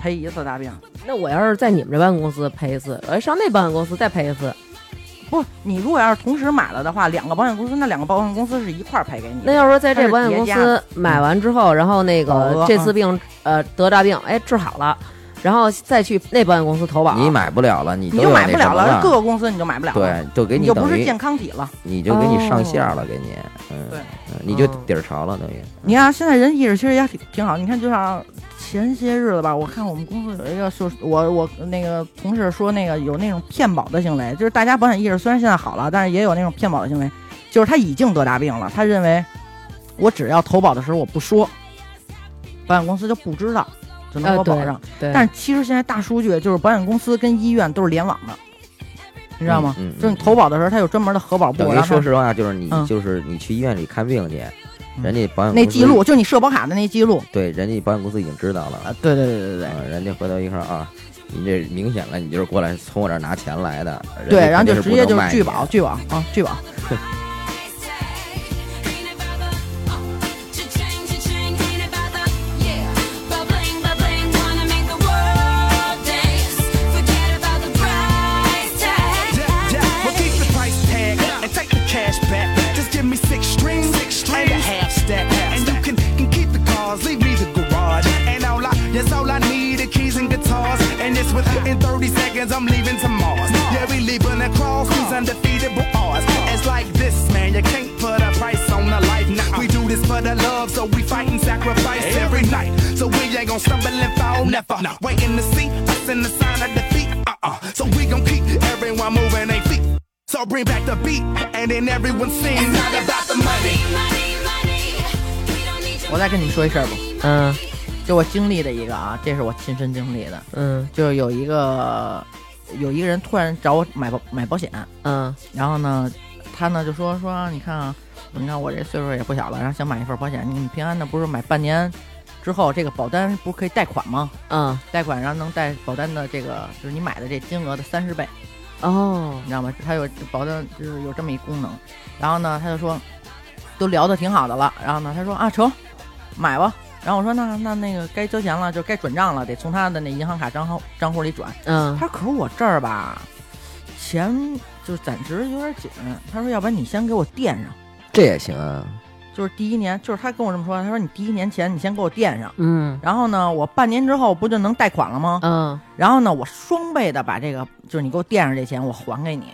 Speaker 4: 赔一次大病，
Speaker 1: 那我要是在你们这保险公司赔一次，我要上那保险公司再赔一次，
Speaker 4: 不，你如果要是同时买了的话，两个保险公司，那两个保险公司是一块儿赔给你的。
Speaker 1: 那要是说在这保险公
Speaker 4: 它是叠加
Speaker 1: 司买完之后，然后那
Speaker 4: 保
Speaker 1: 个
Speaker 4: 额
Speaker 1: 这次病呃得大病，哎治好了，然后再去那保险公司投保，
Speaker 2: 你买不了了，你
Speaker 4: 你
Speaker 2: 都
Speaker 4: 就
Speaker 2: 有
Speaker 4: 买
Speaker 2: 那
Speaker 4: 不
Speaker 2: 什
Speaker 4: 了
Speaker 2: 么
Speaker 4: 了，各个公司你就买不了了，
Speaker 2: 对，就给
Speaker 4: 你就不
Speaker 2: 等
Speaker 4: 是
Speaker 2: 于
Speaker 4: 健康体了。
Speaker 2: 你就给你上
Speaker 1: 哦
Speaker 2: 线儿了，给你，嗯，
Speaker 4: 对
Speaker 2: 嗯，你就
Speaker 1: 哦
Speaker 2: 底儿潮了，等于，
Speaker 4: 你看现在人意识其实也挺挺好，你看就像前些日子吧，我看我们公司有一个就是我我那个同事说那个有那种骗保的行为，就是大家保险意识虽然现在好了，但是也有那种骗保的行为，就是他已经得大病了，他认为我只要投保的时候我不说，保险公司就不知道，只能给我
Speaker 1: 呃对
Speaker 4: 保上。
Speaker 1: 对，
Speaker 4: 但是其实现在大数据就是保险公司跟医院都是联网的，你知道吗？
Speaker 2: 嗯嗯嗯
Speaker 4: 就是你投保的时候，他有专门的核保部，
Speaker 2: 等
Speaker 4: 然
Speaker 2: 于
Speaker 4: 后
Speaker 2: 说实话，就是你
Speaker 4: 嗯
Speaker 2: 就是你去医院里看病去，
Speaker 4: 嗯
Speaker 2: 人家保险
Speaker 4: 那
Speaker 2: 公司
Speaker 4: 记录，就是你社保卡的那记录。
Speaker 2: 对，人家保险公司已经知道了，
Speaker 4: 对对对对对。
Speaker 2: 啊，人家回头一看啊，你这明显了，你就是过来从我这儿拿钱来的，人
Speaker 4: 对，
Speaker 2: 家
Speaker 4: 然后
Speaker 2: 肯定
Speaker 4: 就是直
Speaker 2: 不
Speaker 4: 接
Speaker 2: 能
Speaker 4: 就是
Speaker 2: 卖
Speaker 4: 拒
Speaker 2: 你
Speaker 4: 保，拒保啊，拒保。
Speaker 6: Well, keep the price tag and take the cash back. Just give me six strings, six strings and a half stack. and you can, can keep the cars, leave me the garage. And all I, yes, all I need are keys and guitars. And it's within 30 seconds, I'm leaving to Mars. Yeah, we leaving across these undefeatable odds. It's like this, man, you can't put a price on the life. Nah, we do this for the love, so we fight and sacrifice every night. So we ain't gonna stumble and fall, never. Waiting to see us in the sign of defeat. Uh-uh. So we gon' keep everyone moving their feet. So bring back the beat, and then everyone sings. It's not about the money.
Speaker 4: 我再跟你们说一事儿吧，
Speaker 1: 嗯
Speaker 4: 就我经历的一个啊，这是我亲身经历的，
Speaker 1: 嗯
Speaker 4: 就是有一个有一个人突然找我买保买保险，
Speaker 1: 嗯
Speaker 4: 然后呢，他呢就说说你看啊，你看我这岁数也不小了，然后想买一份保险，你们平安的不是买半年之后这个保单不是可以贷款吗？
Speaker 1: 嗯
Speaker 4: 贷款然后能贷保单的这个就是你买的这金额的三十倍。
Speaker 1: 哦
Speaker 4: 你知道吗？它有保证，就是有这么一功能。然后呢，他就说，都聊得挺好的了。然后呢，他说啊，成，买吧。然后我说那那那个该交钱了，就该转账了，得从他的那银行卡账号账户里转。
Speaker 1: 嗯
Speaker 4: 他说可是我这儿吧，钱就是暂时有点紧。他说要不然你先给我垫上，
Speaker 2: 这也行啊，
Speaker 4: 就是第一年，就是他跟我这么说，他说你第一年钱你先给我垫上。
Speaker 1: 嗯
Speaker 4: 然后呢，我半年之后不就能贷款了吗？
Speaker 1: 嗯
Speaker 4: 然后呢，我双倍的把这个，就是你给我垫上这钱，我还给你。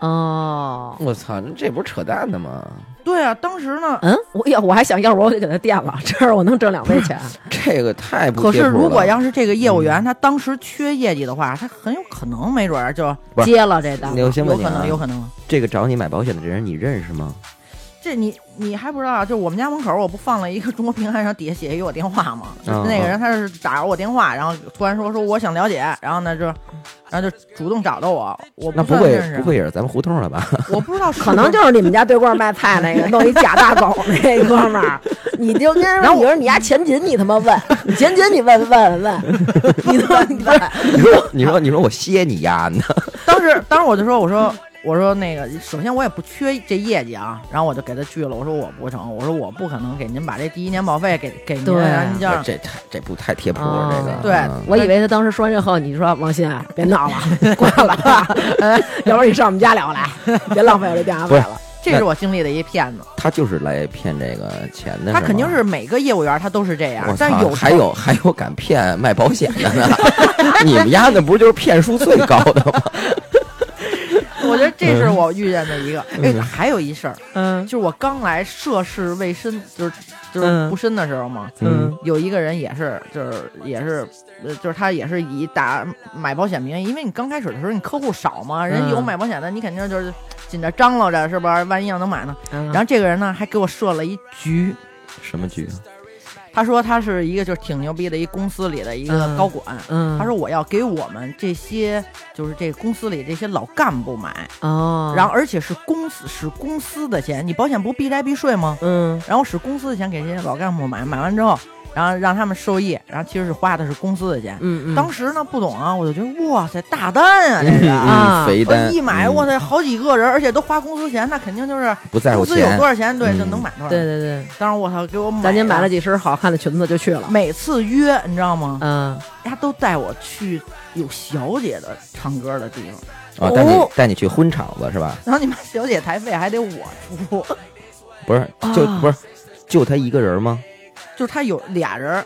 Speaker 1: 哦。
Speaker 2: 我操，那这不是扯淡的吗？
Speaker 4: 对啊，当时呢，
Speaker 1: 嗯，我要我还想要不我就给他垫了，这样我能挣两倍 钱。
Speaker 2: 这个太不
Speaker 4: 可
Speaker 2: 贴
Speaker 4: 是，
Speaker 2: 谱
Speaker 4: 如果
Speaker 2: 了嗯
Speaker 4: 要是这个业务员他当时缺业绩的话，他很有可能没准儿就
Speaker 2: 不是
Speaker 4: 接了这单了，
Speaker 2: 那
Speaker 4: 有
Speaker 2: 我先问你
Speaker 4: 可
Speaker 2: 啊
Speaker 4: 能，有可能。
Speaker 2: 这个找你买保险的人你认识吗？
Speaker 4: 这你你还不知道，啊就我们家门口我不放了一个中国平安，然后底下写一个我电话吗？
Speaker 2: 嗯
Speaker 4: 那个人他是打着我电话，然后突然说说我想了解，然后呢就，然后就主动找到我，我
Speaker 2: 那不
Speaker 4: 不算
Speaker 2: 会
Speaker 4: 认识，啊
Speaker 2: 不会也是咱们胡同了吧？
Speaker 4: 我不知道是
Speaker 1: 可能
Speaker 4: 不是
Speaker 1: 就是你们家对过卖菜那个弄一假大狗那哥们 儿，你就跟人
Speaker 4: 然
Speaker 1: 说，
Speaker 4: 后
Speaker 1: 你
Speaker 4: 我
Speaker 1: 说你家前秦，你他妈问， 你前秦你问问问，你他妈你问，
Speaker 2: 你说你说你说我歇你丫呢？
Speaker 4: 当时当时我就说我说我说那个，首先我也不缺这业绩啊，然后我就给他拒了。我说我不成，我说我不可能给您把这第一年保费给给您，
Speaker 1: 对啊
Speaker 4: 然后您就让
Speaker 2: 这太这不太贴谱了，这个
Speaker 1: 哦
Speaker 4: 啊对
Speaker 2: 嗯
Speaker 1: 我以为他当时说完之后，你说王鑫啊，别闹 了，挂了，要不然你上我们家聊来，别浪费我这电话费了。
Speaker 4: 这是我经历的一骗子。
Speaker 2: 他就是来骗这个钱的，
Speaker 4: 他
Speaker 2: 吗
Speaker 4: 肯定是每个业务员他都是这样
Speaker 2: 我，
Speaker 4: 但
Speaker 2: 操
Speaker 4: 有
Speaker 2: 还
Speaker 4: 成
Speaker 2: 有还有敢骗卖保险的呢？你们家那不是就是骗术最高的吗？
Speaker 4: 我觉得这
Speaker 2: 嗯
Speaker 4: 是我遇见的一个。哎，还有一事儿，
Speaker 1: 嗯
Speaker 4: 就是我刚来涉世未深，就是就是
Speaker 1: 嗯
Speaker 4: 不深的时候嘛，
Speaker 1: 嗯
Speaker 4: 有一个人也是，就是也是，呃，就是他也是以打买保险名义，因为你刚开始的时候你客户少嘛，人
Speaker 1: 嗯
Speaker 4: 有买保险的，你肯定就是紧着张罗着，是吧？万一要能买呢？
Speaker 1: 嗯，
Speaker 4: 然后这个人呢，还给我设了一局。
Speaker 2: 什么局？
Speaker 4: 他说他是一个就是挺牛逼的一公司里的一个
Speaker 1: 嗯
Speaker 4: 高管，
Speaker 1: 嗯，
Speaker 4: 他说我要给我们这些就是这公司里这些老干部买，
Speaker 1: 哦，
Speaker 4: 然后而且是公司是公司的钱，你保险不必来必税吗？
Speaker 1: 嗯
Speaker 4: 然后使公司的钱给这些老干部买，买完之后，然后让他们受益，然后其实是花的是公司的钱。
Speaker 1: 嗯嗯，
Speaker 4: 当时呢不懂啊，我就觉得哇塞大单啊，这是。
Speaker 1: 啊
Speaker 2: 嗯，肥
Speaker 4: 我
Speaker 2: 单
Speaker 4: 一买，
Speaker 2: 嗯
Speaker 4: 我塞，好几个人，而且都花公司钱，那肯定就是
Speaker 2: 不在乎
Speaker 4: 公司有
Speaker 2: 钱
Speaker 4: 多，少钱，对，
Speaker 2: 嗯
Speaker 4: 就能买多少。
Speaker 1: 对，对对，
Speaker 4: 当时我操，给我买，
Speaker 1: 咱您买了，几身好看的裙子就去了。
Speaker 4: 每次约你知道吗？
Speaker 1: 嗯，
Speaker 4: 他都带我去有小姐的唱歌的地方，
Speaker 2: 啊，带你
Speaker 4: 哦
Speaker 2: 带你去婚场子是吧？
Speaker 4: 然后你妈小姐台费还得我出，
Speaker 2: 不是，就
Speaker 1: 啊
Speaker 2: 不是，就他一个人吗？
Speaker 4: 就是他有俩人，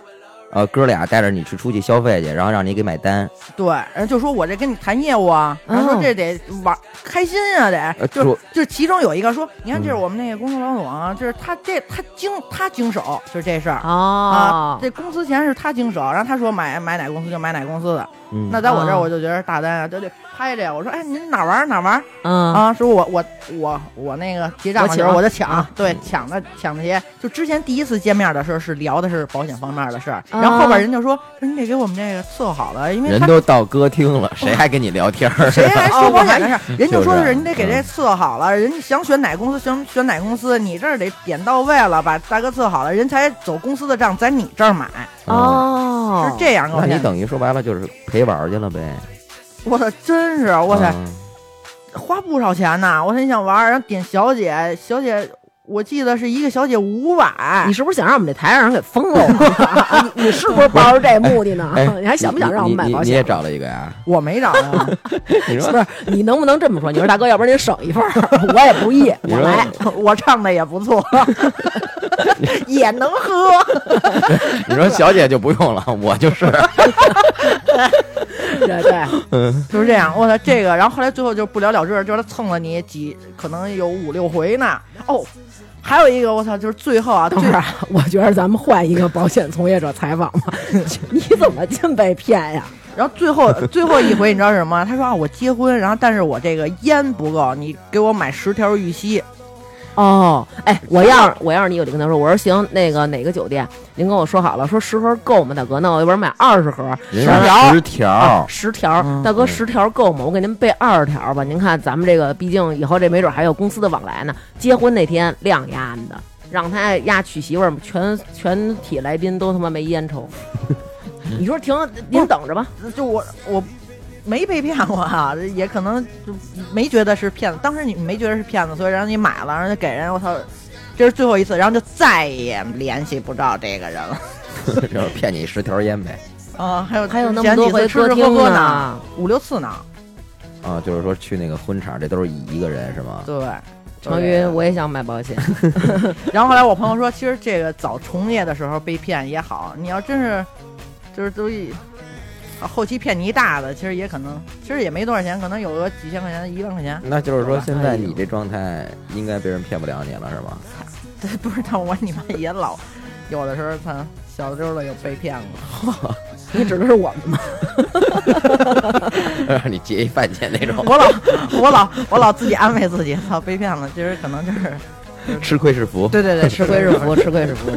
Speaker 2: 呃，哥俩带着你去出去消费去，然后让你给买单，
Speaker 4: 对，然后就说我这跟你谈业务啊，
Speaker 1: 哦
Speaker 4: 然后说这得玩开心啊，得
Speaker 2: 呃
Speaker 4: 就
Speaker 2: 说
Speaker 4: 就其中有一个说，你看
Speaker 2: 嗯
Speaker 4: 这是我们那个公司老总啊，就是他这他经他经手，就是这事儿。啊
Speaker 1: 哦，，
Speaker 4: 这公司钱是他经手，然后他说买买哪公司就买哪公司的。
Speaker 2: 嗯，
Speaker 4: 那在我这儿
Speaker 1: 哦
Speaker 4: 我就觉得大单啊，就得拍着呀。我说，哎，您哪玩儿哪玩儿
Speaker 1: 嗯
Speaker 4: 啊？说我我我我那个结账的时候我就抢，对，抢的抢那些。就之前第一次见面的时候是聊的是保险方面的事儿，然后后边人就说，说你得给我们这个伺候好了，因为
Speaker 2: 人
Speaker 4: 他
Speaker 2: 都到歌厅了，谁还跟你聊天儿？啊
Speaker 4: 谁还说保险的事儿？人就说
Speaker 2: 嗯就是
Speaker 4: 是你得给这伺候好了，人想选哪公司选选哪公司，你这儿得点到位了，把大哥伺候好了，人才走公司的账，在你这儿买
Speaker 2: 嗯，
Speaker 1: 哦，
Speaker 4: 是这样跟我
Speaker 2: 那你
Speaker 4: 讲。
Speaker 2: 等于说白了就是陪玩儿去了呗。
Speaker 4: 我操，真是我操，
Speaker 2: 嗯
Speaker 4: 花不少钱呐！我很想玩儿，然后点小姐，小姐，我记得是一个小姐五百
Speaker 1: 你，是不是想让我们这台让人给封了 我？你你是不是抱着这目的呢
Speaker 2: 哎，？
Speaker 1: 啊 你还想不想让我们买
Speaker 2: 你
Speaker 1: 保
Speaker 2: 你你也
Speaker 1: 险？啊
Speaker 2: 找了一个呀？
Speaker 4: 我没找到。
Speaker 2: 你
Speaker 1: 不
Speaker 2: 说
Speaker 1: 是，你能不能这么说？你说大哥，要不然您省一份 儿，我也不意，
Speaker 2: 你
Speaker 1: 我
Speaker 2: 说
Speaker 1: 来。
Speaker 4: 我唱的也不错， 也能喝。
Speaker 2: 你说小姐就不用了，我就是
Speaker 1: 对对，
Speaker 4: 就是这样，我操这个，然后后来最后就不了了之，就是他蹭了你几，可能有五六回呢。哦，还有一个，我操，就是最后啊，
Speaker 1: 等
Speaker 4: 最
Speaker 1: 会儿啊，我觉得咱们换一个保险从业者采访 吧。你怎么尽被骗呀？
Speaker 4: 然后最后最后一回你知道是什么？他说啊，我结婚，然后但是我这个烟不够，你给我买十条玉溪。
Speaker 1: 哦， 哎，我要是我要是你，我就跟他说，我说行，那个哪个酒店，您跟我说好了，说十盒够吗，大哥？那我要不然买二十盒，
Speaker 2: 人
Speaker 1: 十
Speaker 2: 家
Speaker 1: 条
Speaker 2: 十条
Speaker 1: 啊，，十条，大哥十条够吗？我给您备二十条吧。您看咱们这个，毕竟以后这没准还有公司的往来呢。结婚那天亮丫的，让他丫娶媳妇儿，全全体来宾都他妈没烟 抽。你说停，您等着吧。
Speaker 4: 就我我没被骗过啊，也可能就没觉得是骗子，当时你没觉得是骗子，所以然后你买了，然后就给人，我操，这是最后一次，然后就再也联系不到这个人了。
Speaker 2: 就是骗你十条烟呗。
Speaker 4: 啊，还有
Speaker 1: 还有那
Speaker 4: 前
Speaker 1: 么多
Speaker 4: 几次
Speaker 1: 回
Speaker 4: 吃吃
Speaker 1: 歌
Speaker 4: 喝
Speaker 1: 厅
Speaker 4: 喝
Speaker 1: 呢，
Speaker 4: 五六次呢。
Speaker 2: 啊，就是说去那个婚场，这都是以一个人是吗？
Speaker 4: 对，
Speaker 1: 成宇，我也想买保 险。
Speaker 4: 然后后来我朋友说，其实这个早从业的时候被骗也好，你要真是就是都一啊后期骗你一大的，其实也可能，其实也没多少钱，可能有个几千块钱、一万块钱。
Speaker 2: 那就是说
Speaker 1: 哎呦
Speaker 2: 现在你这状态，应该别人骗不了你了是吗？
Speaker 4: 对，不知道我你妈也老有的时候，他小时候了有被骗过，
Speaker 1: 你指的是我们吗？
Speaker 2: 让你结一饭钱那种，
Speaker 4: 我老我老我老自己安慰自己，操被骗了，其实可能就是
Speaker 2: 吃亏是福。
Speaker 4: 对对对，吃
Speaker 1: 吃亏是福，吃亏是福。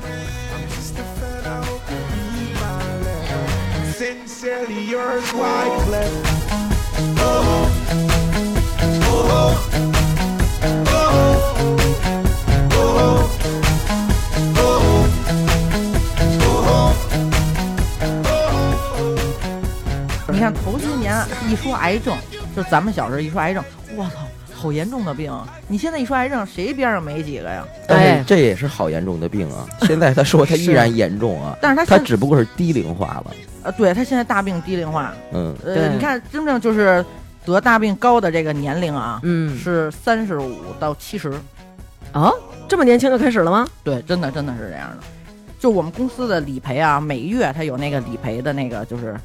Speaker 6: Sincerely yours, Wyclef.
Speaker 4: 你看头些年一说癌症，就咱们小时候一说癌症，我操，好严重的病。啊你现在一说癌症，谁边上没几个呀？
Speaker 2: 但
Speaker 1: 哎
Speaker 2: 是这也是好严重的病啊！现在他说他依然严重啊，
Speaker 4: 但是他
Speaker 2: 他
Speaker 4: 现
Speaker 2: 只不过是低龄化了。
Speaker 4: 呃，对他现在大病低龄化，
Speaker 2: 嗯，
Speaker 4: 呃，
Speaker 1: 对
Speaker 4: 你看真正就是得大病高的这个年龄啊，
Speaker 1: 嗯，
Speaker 4: 是三十五到七十，
Speaker 1: 啊，这么年轻就开始了吗？
Speaker 4: 对，真的真的是这样的。就我们公司的理赔啊，每月它有那个理赔的那个就是，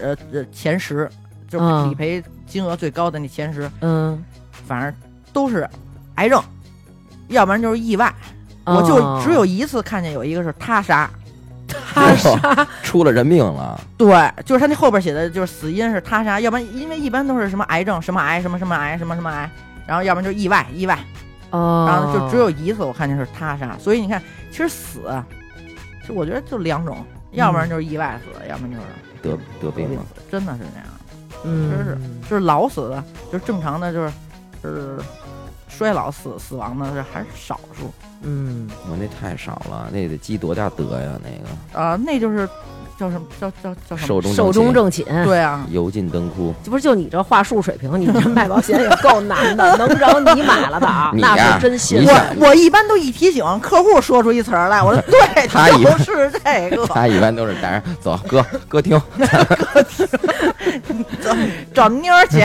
Speaker 4: 呃呃前十，就是
Speaker 1: 嗯
Speaker 4: 理赔金额最高的那前十，
Speaker 1: 嗯，
Speaker 4: 反正都是癌症，要不然就是意外。
Speaker 1: 哦
Speaker 4: 我就只有一次看见有一个是他杀，
Speaker 1: 他杀，
Speaker 2: 出了人命了，
Speaker 4: 对，就是他那后边写的就是死因是他杀，要不然因为一般都是什么癌症、什么癌、什么什么癌、什么什么癌，然后要不然就是意外、意外，
Speaker 1: 哦，
Speaker 4: 然啊后就只有一次我看见是他杀，所以你看，其实死，就我觉得就两种，要不然就是意外死，要不然就是
Speaker 2: 得得
Speaker 4: 得
Speaker 2: 病了。
Speaker 4: 死，真的是这样，
Speaker 1: 嗯，
Speaker 4: 真是就是老死的，就是正常的，就是就是衰老死死亡的是还是少数
Speaker 1: 嗯，
Speaker 2: 我那太少了，那得积多大德呀？那个
Speaker 4: 啊、呃那就是叫什么叫叫叫什么？
Speaker 2: 寿终
Speaker 1: 寿终
Speaker 2: 寝
Speaker 1: 正寝。
Speaker 4: 对啊，
Speaker 2: 油尽灯枯。
Speaker 1: 这不是就你这话术水平，你这卖保险也够难的，能让你买了的啊，
Speaker 2: 你呀
Speaker 1: 那是真心
Speaker 2: 你
Speaker 1: 了。
Speaker 2: 想
Speaker 4: 我我一般都一提醒客户说出一词儿来， 我说对，
Speaker 2: 他以为
Speaker 4: 就是这个，
Speaker 2: 他一般都是带人走，哥歌厅，
Speaker 4: 找妞儿去。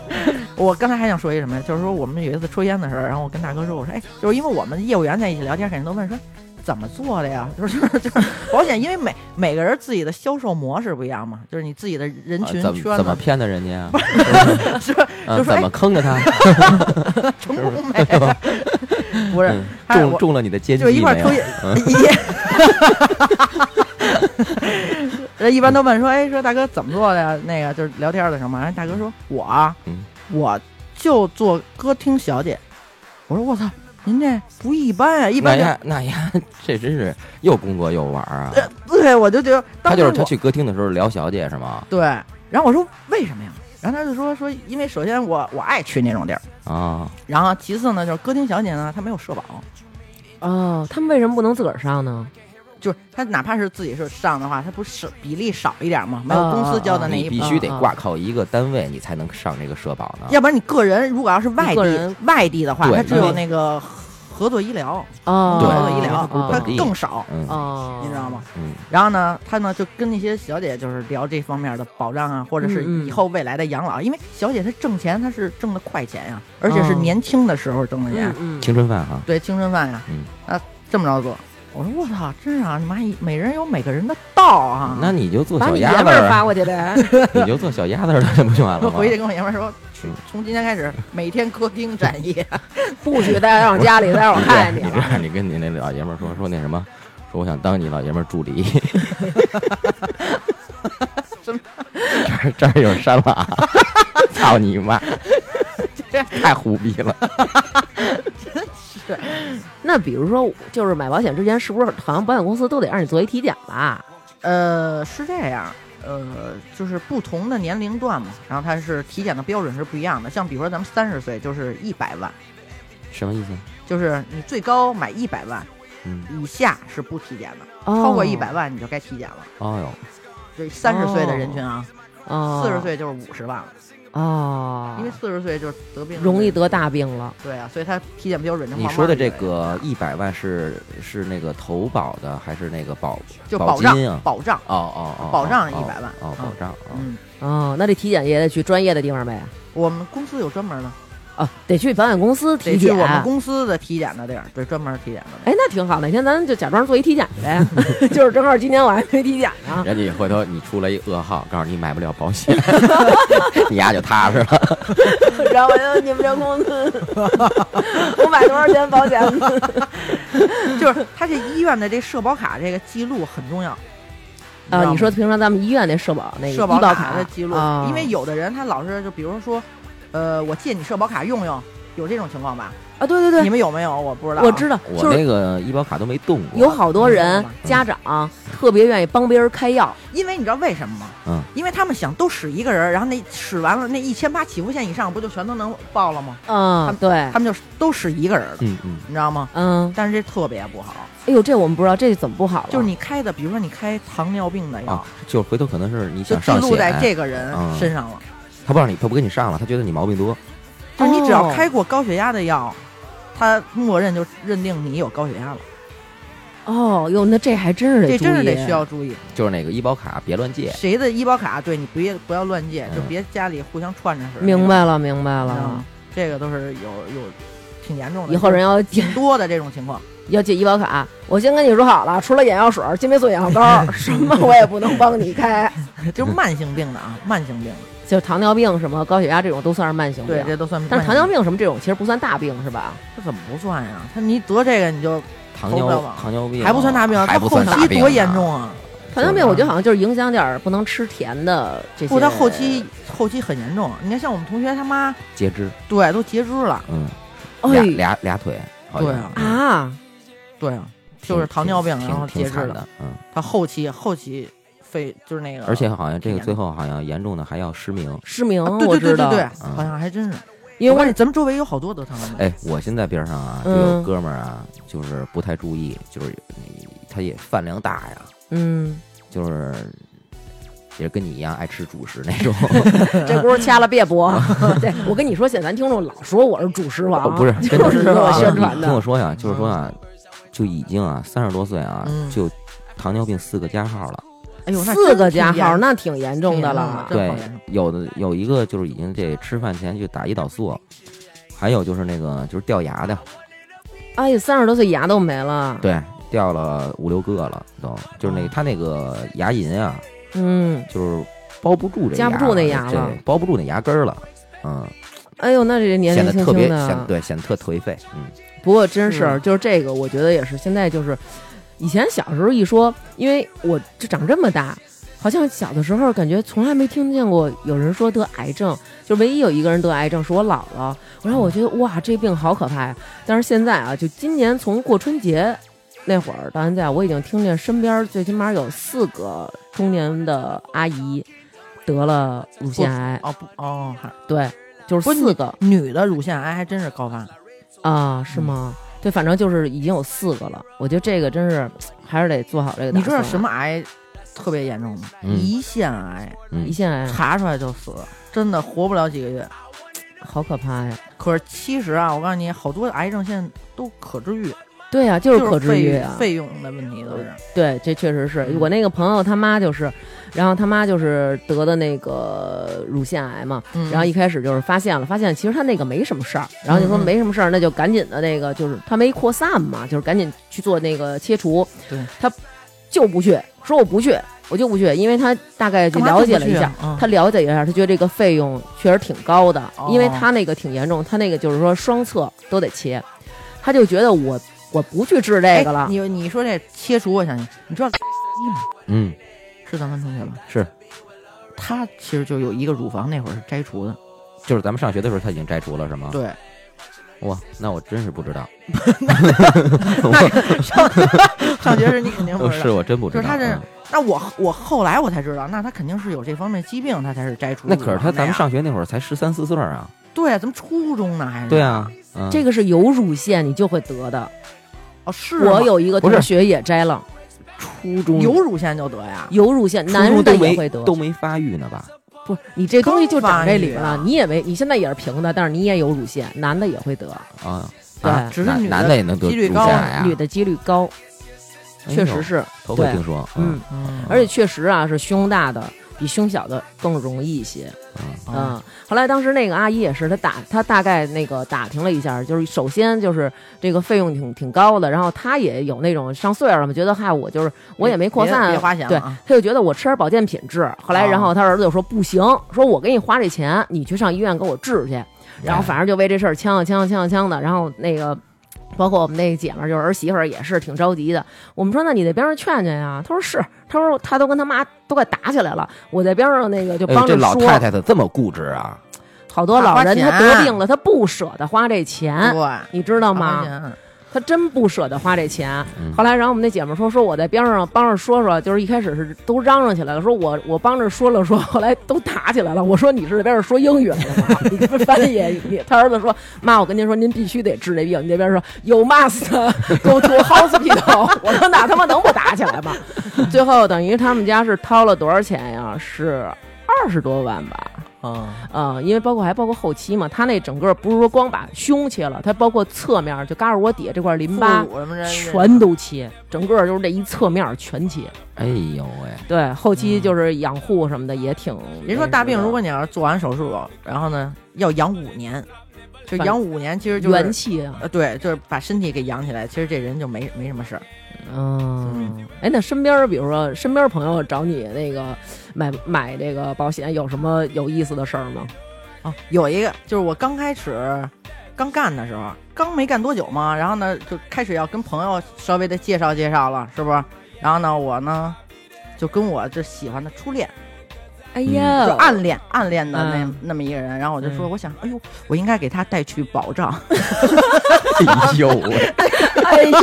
Speaker 4: 我刚才还想说一什么呀？就是说我们有一次抽烟的时候，然后我跟大哥说，我说哎，就是因为我们业务员在一起聊天，肯定都问说怎么做的呀？ 就是就是保险，因为每每个人自己的销售模式不一样嘛，就是你自己的人
Speaker 2: 啊
Speaker 4: 群
Speaker 2: 怎么
Speaker 4: 圈
Speaker 2: 怎么
Speaker 4: 子，
Speaker 2: 骗的人家啊？
Speaker 4: 是吧？
Speaker 2: 嗯
Speaker 4: 就说哎
Speaker 2: 怎么坑着他？
Speaker 4: 成功没？不是
Speaker 2: 嗯，
Speaker 4: 还有
Speaker 2: 中
Speaker 4: 我
Speaker 2: 中了你的奸计
Speaker 4: 就一块儿
Speaker 2: 没
Speaker 4: 抽
Speaker 2: 有？
Speaker 4: 烟， 一，人一般都问说，哎，说大哥怎么做的呀？那个就是聊天的时候嘛，然后哎大哥说，我啊，
Speaker 2: 嗯
Speaker 4: 我就做歌厅小姐。我说我操，您这不一般啊，一
Speaker 2: 那
Speaker 4: 般就
Speaker 2: 呀那呀，这真是又工作又玩儿啊！
Speaker 4: 呃，对，我就觉得当
Speaker 2: 他
Speaker 4: 时
Speaker 2: 就是他
Speaker 4: 我
Speaker 2: 去歌厅的时候聊小姐是吗？
Speaker 4: 对，然后我说为什么呀？然后他就说说，因为首先我我爱去那种地儿，
Speaker 2: 啊，
Speaker 4: 然后其次呢就是歌厅小姐呢，她没有社保，
Speaker 1: 哦，他们为什么不能自个儿上呢？
Speaker 4: 就是她哪怕是自己是上的话，她不是比例少一点嘛，没有公司交的那一
Speaker 2: 你
Speaker 4: 部
Speaker 2: 必
Speaker 4: 分
Speaker 2: 须得
Speaker 1: 啊啊
Speaker 2: 挂靠一个单位，你才能上这个社保呢。
Speaker 4: 要不然你个人如果要是外
Speaker 1: 你个人
Speaker 4: 地外地的话，
Speaker 2: 啊对
Speaker 4: 它只有那个合作医疗，
Speaker 1: 哦，
Speaker 2: 对
Speaker 4: 合作医疗
Speaker 2: 不是
Speaker 1: 哦
Speaker 4: 它
Speaker 2: 本地
Speaker 4: 更少，
Speaker 2: 嗯
Speaker 1: 哦，
Speaker 4: 你知道吗？
Speaker 2: 嗯，
Speaker 4: 然后呢，他呢就跟那些小姐就是聊这方面的保障啊，或者是
Speaker 1: 嗯嗯
Speaker 4: 以后未来的养老，因为小姐她挣钱她是挣的快钱呀，而且是年轻的时候挣的钱
Speaker 1: 哦嗯，嗯，
Speaker 2: 青春饭哈，
Speaker 4: 对青春饭呀
Speaker 2: 嗯，
Speaker 4: 啊这么着做。我说我操，真是啊！你妈一每人有每个人的道啊！
Speaker 2: 那你就做
Speaker 1: 把
Speaker 2: 小
Speaker 1: 你
Speaker 2: 鸭
Speaker 1: 爷
Speaker 2: 子
Speaker 1: 们儿
Speaker 2: 儿
Speaker 1: 发
Speaker 2: 啊，
Speaker 1: 过去 呗。
Speaker 2: 你就做小鸭子儿了，这 不就完了吗？
Speaker 4: 回去跟我爷们儿说，
Speaker 2: 嗯
Speaker 4: 从今天开始每天歌厅展业，
Speaker 1: 不许再让家里再让我
Speaker 2: 你这
Speaker 1: 看
Speaker 2: 样
Speaker 1: 见
Speaker 2: 你
Speaker 1: 你
Speaker 2: 这
Speaker 1: 了。
Speaker 2: 样，你跟你那老爷们儿说说那什么，说我想当你老爷们儿助理。这儿这儿有删了啊！操你妈！太胡逼了！
Speaker 1: 那比如说，就是买保险之前，是不是好像保险公司都得让你做一体检吧？
Speaker 4: 呃，是这样，呃，就是不同的年龄段嘛，然后它是体检的标准是不一样的。像比如说咱们三十岁就是一百万，
Speaker 2: 什么意思？
Speaker 4: 就是你最高买一百万
Speaker 2: 嗯，
Speaker 4: 以下是不体检的，
Speaker 1: 哦
Speaker 4: 超过一百万你就该体检了。
Speaker 2: 哦哟，
Speaker 4: 就是三十岁的人群啊，
Speaker 1: 哦，
Speaker 4: 四十岁就是五十万了，
Speaker 1: 哦，
Speaker 4: 因为四十岁就是得病
Speaker 1: 容易。得大病了。
Speaker 4: 对啊，所以它体检标准就
Speaker 2: 你
Speaker 4: 慢慢
Speaker 2: 说的这
Speaker 4: 就
Speaker 2: 个一百万是是那个投保的还是那个保
Speaker 4: 就
Speaker 2: 保
Speaker 4: 保
Speaker 2: 金
Speaker 4: 障
Speaker 2: 啊？
Speaker 4: 保障，
Speaker 2: 哦哦哦，
Speaker 4: 保障
Speaker 2: 哦
Speaker 4: 100万
Speaker 2: 哦，保障啊，
Speaker 4: 嗯，
Speaker 1: 哦，那这体检也得去专业的地方呗？
Speaker 4: 我们公司有专门的，
Speaker 1: 哦，得去保险公司体
Speaker 4: 得去
Speaker 1: 检。
Speaker 4: 我们公司的体检的地儿，对，专门体检的地儿。
Speaker 1: 哎，那挺好，哪天咱就假装做一体检去呗。 就是正好今年我还没体检 呢。
Speaker 2: 人家回头你出来一噩耗，告诉你买不了保险，你丫就踏实了。
Speaker 1: 然后我就你们这公 司，我买多少钱保险？
Speaker 4: 就是他这医院的这社保卡这个记录很重要知 道
Speaker 1: 啊，
Speaker 4: 吗
Speaker 1: 你说平常咱们医院那社保那个
Speaker 4: 社
Speaker 1: 医
Speaker 4: 保
Speaker 1: 保
Speaker 4: 卡的记录，
Speaker 1: 啊
Speaker 4: 因为有的人他老是就比如说，呃，我借你社保卡用用，有这种情况吧？
Speaker 1: 啊，对对
Speaker 4: 你
Speaker 1: 对，
Speaker 4: 们有没有？我不知道啊，
Speaker 1: 我知道，
Speaker 2: 我
Speaker 1: 就是
Speaker 2: 那个医保卡都没动过，
Speaker 1: 有好多人
Speaker 4: 嗯
Speaker 1: 家长特别愿意帮别人开药，
Speaker 4: 因为你知道为什么吗？
Speaker 2: 嗯，
Speaker 4: 因为他们想都使一个人，然后那使完了那一千八起步线以上不就全都能报了吗？
Speaker 1: 嗯，对，
Speaker 4: 他们就都使一个人了，
Speaker 2: 嗯嗯，
Speaker 4: 你知道吗？
Speaker 1: 嗯，
Speaker 4: 但是这特别不好，
Speaker 1: 哎呦，这我们不知道，这怎么不好了？
Speaker 4: 就是你开的，比如说你开糖尿病的
Speaker 2: 啊
Speaker 4: 药，，
Speaker 2: 就回头可能是你
Speaker 4: 就
Speaker 2: 想
Speaker 4: 记
Speaker 2: 上
Speaker 4: 录在
Speaker 2: 险，
Speaker 4: 这个人
Speaker 2: 嗯
Speaker 4: 身上了。
Speaker 2: 他不让你，他不给你上了，他觉得你毛病多，
Speaker 4: 就是你只要
Speaker 1: 哦
Speaker 4: 开过高血压的药，他默认就认定你有高血压了。
Speaker 1: 哦哟，那这还真是得
Speaker 4: 这真是
Speaker 1: 注意
Speaker 4: 得需要注意，
Speaker 2: 就是那个医保卡别乱借，
Speaker 4: 谁的医保卡对你别不要乱借，
Speaker 2: 嗯
Speaker 4: 就别家里互相串着使。
Speaker 1: 明白了，明白了
Speaker 4: 啊。，这个都是有有挺严重的，
Speaker 1: 以后人要借
Speaker 4: 挺多的这种情 况。
Speaker 1: 要借医保卡，我先跟你说好了，除了眼药水、金霉素眼药 膏，什么我也不能帮你开。
Speaker 4: 就是慢性病 的啊，慢性病的，
Speaker 1: 就是糖尿病什么、高血压这种都算是慢性病
Speaker 4: 对，，这都算。
Speaker 1: 但是糖尿病什么这种其实不算大病是吧？
Speaker 4: 这怎么不算呀？他你得这个你就
Speaker 2: 糖
Speaker 4: 头
Speaker 2: 尿
Speaker 4: 发
Speaker 2: 糖尿病啊
Speaker 4: 还不算大病，啊
Speaker 2: 还
Speaker 4: 他
Speaker 2: 不
Speaker 4: 后
Speaker 2: 算大
Speaker 4: 期
Speaker 2: 病，
Speaker 4: 多严！重啊！
Speaker 1: 糖尿病我觉得好像就是影响点儿不能吃甜的这些。
Speaker 4: 不，他后期后期很严重。啊你看，像我们同学他妈，
Speaker 2: 截肢，
Speaker 4: 对，都截肢了。
Speaker 2: 嗯，
Speaker 1: 哎
Speaker 2: 俩俩俩腿，好像
Speaker 4: 对啊
Speaker 2: 嗯
Speaker 1: 啊，
Speaker 4: 对啊，
Speaker 2: 挺
Speaker 4: 就是糖尿病
Speaker 2: 挺
Speaker 4: 然后
Speaker 2: 挺
Speaker 4: 截肢
Speaker 2: 惨
Speaker 4: 了
Speaker 2: 的，嗯，
Speaker 4: 他后期后期肺就是那个，啊
Speaker 2: 而且好像这个
Speaker 4: 挺严重
Speaker 2: 最后好像严重的还要失明。
Speaker 1: 失明
Speaker 4: 啊
Speaker 1: 我
Speaker 4: 对对
Speaker 1: 知
Speaker 4: 对对
Speaker 1: 道，
Speaker 4: 对，
Speaker 2: 嗯
Speaker 4: 好像还真是。
Speaker 1: 因
Speaker 4: 我
Speaker 1: 为
Speaker 4: 感觉咱们周围有好多得糖尿病，
Speaker 2: 哎，我现在边上啊，就
Speaker 1: 嗯
Speaker 2: 有哥们儿啊，就是不太注意，就是他也饭量大呀，
Speaker 1: 嗯，
Speaker 2: 就是也跟你一样爱吃主食那种，
Speaker 1: 这轱辘掐了别播。对，我跟你说，现在咱听众老说我是主食王，
Speaker 2: 哦 不是真
Speaker 1: 啊就是给我
Speaker 2: 不是啊
Speaker 1: 宣
Speaker 2: 你
Speaker 1: 传
Speaker 2: 听我
Speaker 1: 的。嗯
Speaker 2: 说呀，就是说呀，就已经啊三十多岁啊，
Speaker 4: 嗯
Speaker 2: 就糖尿病四个加号了。
Speaker 4: 哎呦，那
Speaker 1: 四个
Speaker 4: 真挺
Speaker 1: 加
Speaker 4: 严
Speaker 1: 号，那挺严重的
Speaker 4: 挺严重
Speaker 1: 了
Speaker 4: 的。真
Speaker 2: 对
Speaker 4: 好严重，
Speaker 2: 有的有一个就是已经这吃饭前就打胰岛素，还有就是那个就是掉牙的，
Speaker 1: 哎呦，三十多岁牙都没了。
Speaker 2: 对，掉了五六个了都，就是
Speaker 1: 哦
Speaker 2: 那他那个牙龈啊，
Speaker 1: 嗯，
Speaker 2: 就是包不住这
Speaker 1: 夹
Speaker 2: 牙
Speaker 1: 不
Speaker 2: 了，
Speaker 1: 住那牙了
Speaker 2: 对，包不住那牙根儿了，嗯，
Speaker 1: 哎呦，那这年
Speaker 2: 显
Speaker 1: 龄
Speaker 2: 得
Speaker 1: 轻
Speaker 2: 特别
Speaker 1: 轻
Speaker 2: 显
Speaker 1: 的。
Speaker 2: 对显得特颓废，嗯，
Speaker 1: 不过真是，
Speaker 4: 嗯
Speaker 1: 就是这个，我觉得也是。现在就是，以前小时候一说，因为我就长这么大，好像小的时候感觉从来没听见过有人说得癌症，就唯一有一个人得癌症是我姥姥。然后我觉得
Speaker 4: 嗯
Speaker 1: 哇，这病好可怕呀！但是现在啊，就今年从过春节那会儿到现在，我已经听见身边最起码有四个中年的阿姨得了乳腺癌，
Speaker 4: 哦不哦，还
Speaker 1: 对，就是
Speaker 4: 不是
Speaker 1: 四个。
Speaker 4: 女的乳腺癌还真是高发，
Speaker 1: 啊，是吗？
Speaker 4: 嗯
Speaker 1: 对，反正就是已经有四个了。我觉得这个真是还是得做好这个打算。
Speaker 4: 你知道什么癌特别严重吗？
Speaker 2: 嗯
Speaker 4: 胰腺癌，
Speaker 1: 胰腺癌
Speaker 4: 查出来就死，真的活不了几个月。
Speaker 1: 好可怕呀！
Speaker 4: 可是其实啊，我告诉你，好多癌症现在都可治愈，
Speaker 1: 对呀、就
Speaker 4: 就是
Speaker 1: 可治
Speaker 4: 费
Speaker 1: 愈啊。
Speaker 4: 费用的问题都是。
Speaker 1: 对，这确实是
Speaker 4: 嗯
Speaker 1: 我那个朋友他妈就是，然后他妈就是得的那个乳腺癌嘛，
Speaker 4: 嗯
Speaker 1: 然后一开始就是发现了，发现其实他那个没什么事儿，然后就说
Speaker 4: 嗯嗯
Speaker 1: 没什么事儿，那就赶紧的那个就是他没扩散嘛，就是赶紧去做那个切除。
Speaker 4: 对，
Speaker 1: 他就不去，说我不去，我就不去，因为他大概就
Speaker 4: 干嘛
Speaker 1: 了解了一
Speaker 4: 不去
Speaker 1: 下
Speaker 4: 啊，嗯
Speaker 1: 他了解一下，他觉得这个费用确实挺高的，
Speaker 4: 哦
Speaker 1: 因为他那个挺严重，他那个就是说双侧都得切，他就觉得我我不去治这个
Speaker 4: 哎
Speaker 1: 了。
Speaker 4: 你你说这切除，我想起，你知道吗？
Speaker 2: 嗯，
Speaker 4: 是咱们同学吧？
Speaker 2: 是，
Speaker 4: 他其实就有一个乳房那会儿是摘除的，
Speaker 2: 就是咱们上学的时候他已经摘除了是
Speaker 1: 啊
Speaker 2: 吗？
Speaker 4: 对，
Speaker 2: 哇，那我真是不知道，
Speaker 4: 上 上学时你肯定不
Speaker 2: 哦
Speaker 4: 知
Speaker 2: 是
Speaker 4: 道。
Speaker 2: 我真不知
Speaker 4: 就
Speaker 2: 道，
Speaker 4: 是他这
Speaker 2: 嗯
Speaker 4: 那我我后来我才知道，那他肯定是有这方面疾病，他才是摘除乳
Speaker 2: 那
Speaker 4: 房
Speaker 2: 可
Speaker 4: 的呀。
Speaker 2: 是他咱们上学那会儿才十三四岁儿啊，
Speaker 4: 对啊，咱们初中呢还是
Speaker 2: 对啊，嗯，
Speaker 1: 这个是有乳腺你就会得的，
Speaker 4: 哦是吗
Speaker 1: 我有一个
Speaker 2: 不是
Speaker 1: 同学也摘了，
Speaker 2: 初中
Speaker 4: 有乳腺就得呀，
Speaker 1: 有乳腺，
Speaker 2: 初
Speaker 1: 男
Speaker 2: 中
Speaker 1: 的
Speaker 2: 都
Speaker 1: 也
Speaker 2: 没
Speaker 1: 会得。
Speaker 2: 都没发育呢吧？
Speaker 1: 不是你这东西就长这里边
Speaker 4: 刚发
Speaker 1: 了，
Speaker 4: 育啊
Speaker 1: 你也没，你现在也是平的，但是你也有乳腺，男的也会得，
Speaker 2: 啊
Speaker 1: 对
Speaker 2: 啊
Speaker 4: 只是
Speaker 2: 男
Speaker 4: 女的
Speaker 2: 男的也能得
Speaker 4: 几率
Speaker 2: 乳
Speaker 4: 高
Speaker 2: 腺
Speaker 4: 啊
Speaker 2: 癌啊
Speaker 1: 女，的几率高，
Speaker 2: 哎呦
Speaker 1: 确实是，
Speaker 2: 头回
Speaker 1: 对
Speaker 2: 听，说，
Speaker 1: 嗯，，
Speaker 4: 嗯，
Speaker 1: 而且确实啊是胸大的比胸小的更容易一些，
Speaker 2: 嗯
Speaker 4: 啊
Speaker 1: 嗯。后来当时那个阿姨也是，她打她大概那个打听了一下，就是首先就是这个费用挺挺高的，然后她也有那种上岁数了嘛，觉得嗨我就是我也没扩
Speaker 4: 别
Speaker 1: 散，
Speaker 4: 别花钱了
Speaker 1: 对
Speaker 4: 啊，
Speaker 1: 她就觉得我吃点保健品治。后来
Speaker 4: 啊
Speaker 1: 然后她儿子就说不行，说我给你花这钱，你去上医院给我治去。然后反正就为这事儿呛啊呛啊呛啊呛的，然后那个。包括我们那姐们儿，就是儿媳妇儿，也是挺着急的。我们说，那你在边上劝劝呀。她说是，她说她都跟她妈都快打起来了，我在边上那个就
Speaker 2: 哎
Speaker 1: 帮
Speaker 2: 呦，
Speaker 1: 着
Speaker 2: 这
Speaker 1: 说。
Speaker 2: 老太太怎么这么固执啊？
Speaker 1: 好多老人他
Speaker 4: 怕花钱
Speaker 1: 得病了，他不舍得花这钱，
Speaker 4: 对，
Speaker 1: 你知道嗯
Speaker 4: 花
Speaker 1: 吗？
Speaker 4: 钱
Speaker 1: 他真不舍得花这钱。
Speaker 2: 嗯
Speaker 1: 后来，然后我们那姐们儿说，说我在边上帮着说说，就是一开始是都嚷嚷起来了，说我我帮着说了说，后来都打起来了。我说你是在边上说英语来了吗？ 你这翻译你？他儿子说妈，我跟您说，您必须得治这病。你这边说有 must go to hospital，我 说那他妈能不打起来吗？ 最后等于他们家是掏了多少钱呀？是二十多万吧？
Speaker 7: 啊，
Speaker 1: 呃，因为包括还包括后期嘛，他那整个不是说光把胸切了，他包括侧面就嘎肢窝底下这块淋巴
Speaker 4: 副乳什么之类的
Speaker 1: 嗯全都切，整个就是这一侧面全切。
Speaker 2: 哎呦喂，
Speaker 1: 对， 后期就是养护什么的也挺。
Speaker 4: 人说大病，如果你要是做完手术，然后呢，要养五年，就
Speaker 1: 反
Speaker 4: 养五年，其实就是
Speaker 1: 元气啊，
Speaker 4: 呃，对，就是把身体给养起来，其实这人就没没什么事儿。
Speaker 1: 嗯，哎，那身边儿比如说身边儿朋友找你那个买买这个保险，有什么有意思的事儿吗？
Speaker 4: 哦，有一个就是我刚开始刚干的时候，刚没干多久嘛，然后呢就开始要跟朋友稍微的介绍介绍了，是不是？然后呢，我呢就跟我这喜欢的初恋，
Speaker 1: 哎
Speaker 2: 呀
Speaker 4: 就 暗恋暗恋的那、
Speaker 1: 嗯
Speaker 4: 那么一个人，然后我就说，
Speaker 1: 嗯
Speaker 4: 我想，哎呦，我应该给他带去 保障，
Speaker 2: 哎呦喂，
Speaker 1: 哎呦，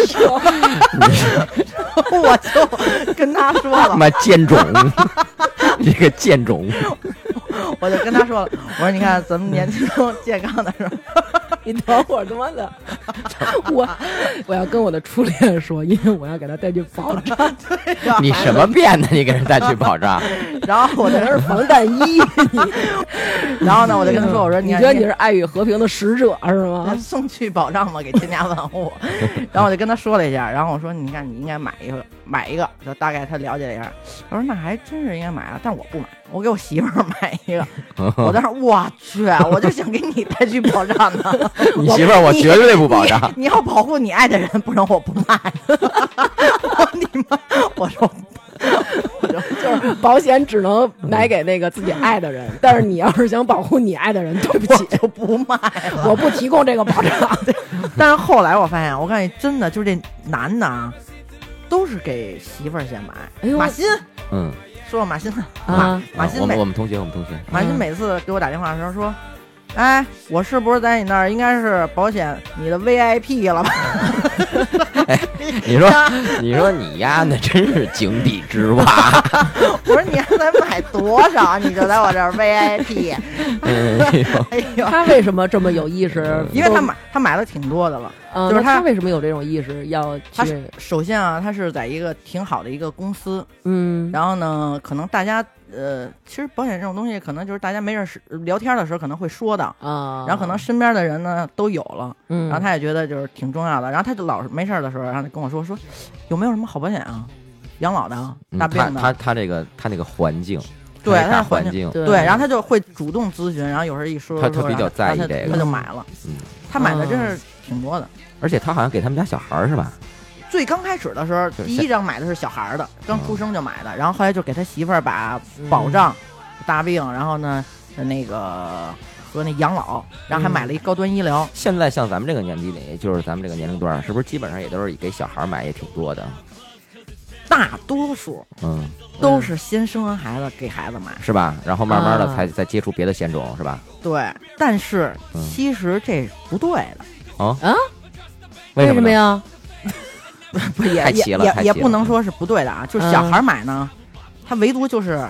Speaker 4: 我就跟他说了，
Speaker 2: 妈贱种， 你这个贱种，
Speaker 4: 我就跟他说了，我说你看咱们年轻 健康的时候。
Speaker 1: 你等会儿他妈的， 我我要跟我的初恋说，因为我要给他带去保障，
Speaker 2: 你什么变的？你给人带去保障？
Speaker 4: 然后我
Speaker 1: 我
Speaker 4: 就
Speaker 1: 在这是防弹衣。
Speaker 4: 然后呢，我就跟他说：“我说
Speaker 1: 嗯你
Speaker 4: 看
Speaker 1: 觉得你是爱与和平的使者是吗？
Speaker 4: 送去保障吧，给千家万户。” 然后我就跟他说了一下，然后我说：“你看，你应该买一个，买一个。”就大概他了解了一下，我说：“那还真是应该买啊，但是我不买，我给我媳妇儿 买一个。”我当时我去，我就想给你带去保障 呢。
Speaker 2: 你媳妇儿我绝对不保障。
Speaker 4: 你你要保护你爱的人，不然我不卖。 我你妈！我说
Speaker 1: 就是保险只能买给那个自己爱的人，但是你要是想保护你爱的人，对不起，
Speaker 4: 我不卖了。
Speaker 1: 我不提供这个保障。
Speaker 4: 但是后来我发现，我告诉你，真的就是这男的啊，都是给媳妇儿先买。
Speaker 1: 哎呦
Speaker 4: 马鑫
Speaker 2: 嗯，
Speaker 4: 说到马鑫了，
Speaker 1: 啊
Speaker 4: 马马
Speaker 2: 啊我
Speaker 4: 鑫
Speaker 2: 们
Speaker 4: 每
Speaker 2: 我们同学，我们同学，
Speaker 4: 马鑫每次给我打电话的时候说。哎，我是不是在你那儿应该是保险你的 VIP 了吧？
Speaker 2: 你说你说你丫那真是井底之蛙，
Speaker 4: 我说你还得买多少，你就在我这儿 VIP。
Speaker 2: 哎呦
Speaker 4: 哎 呦，
Speaker 1: 他为什么这么有意识？
Speaker 4: 嗯因为他买他买了挺多的了，
Speaker 1: 呃，
Speaker 4: 就是
Speaker 1: 那他
Speaker 4: 他
Speaker 1: 为什么有这种意识要
Speaker 4: 他
Speaker 1: 去
Speaker 4: 是？首先啊，他是在一个挺好的一个公司，
Speaker 1: 嗯，
Speaker 4: 然后呢，可能大家呃，其实保险这种东西，可能就是大家没事儿时聊天的时候可能会说的，
Speaker 1: 啊，
Speaker 4: 然后可能身边的人呢都有了，
Speaker 1: 嗯，
Speaker 4: 然后他也觉得就是挺重要的，然后他就老是没事儿的时候，然后就跟我说说有没有什么好保险啊，养老的啊，
Speaker 2: 嗯
Speaker 4: 大病
Speaker 2: 他
Speaker 4: 的，
Speaker 2: 他他这个他那个环境，
Speaker 4: 对
Speaker 2: 他那
Speaker 4: 他
Speaker 2: 大
Speaker 4: 的环
Speaker 2: 环境，
Speaker 1: 对
Speaker 4: 对，然后他就会主动咨询，然后有时候一说
Speaker 2: 他
Speaker 4: 说说
Speaker 2: 他比较在意
Speaker 4: 然后
Speaker 2: 这
Speaker 4: 他
Speaker 2: 个
Speaker 4: 他就买了，
Speaker 2: 嗯
Speaker 4: 他买的真是挺多的。
Speaker 2: 而且他好像给他们家小孩儿是吧？
Speaker 4: 最刚开始的时候，
Speaker 2: 就是
Speaker 4: 第一张买的是小孩儿的，刚出生就买的，然后后来就给他媳妇儿把保障、大病，然后呢那个和那养老，然后还买了一高端医疗。
Speaker 2: 现在像咱们这个年纪里，就是咱们这个年龄段儿，是不是基本上也都是给小孩儿买也挺多的？
Speaker 4: 大多数
Speaker 2: 嗯，
Speaker 4: 都是先生完孩子给孩子买，
Speaker 2: 是吧？然后慢慢的
Speaker 1: 啊
Speaker 2: 才再接触别的险种，是吧？
Speaker 4: 对，但是
Speaker 2: 嗯
Speaker 4: 其实这不对 的，
Speaker 1: 啊为
Speaker 2: 啊什
Speaker 1: 什
Speaker 2: 么
Speaker 1: 么
Speaker 2: 呢？
Speaker 1: 呀？
Speaker 4: 不也
Speaker 2: 太齐
Speaker 4: 也
Speaker 2: 了
Speaker 4: 也
Speaker 2: 太齐
Speaker 4: 也
Speaker 2: 了
Speaker 4: 不能说是不对的啊，就是小
Speaker 1: 嗯
Speaker 4: 孩儿买呢，他唯独就是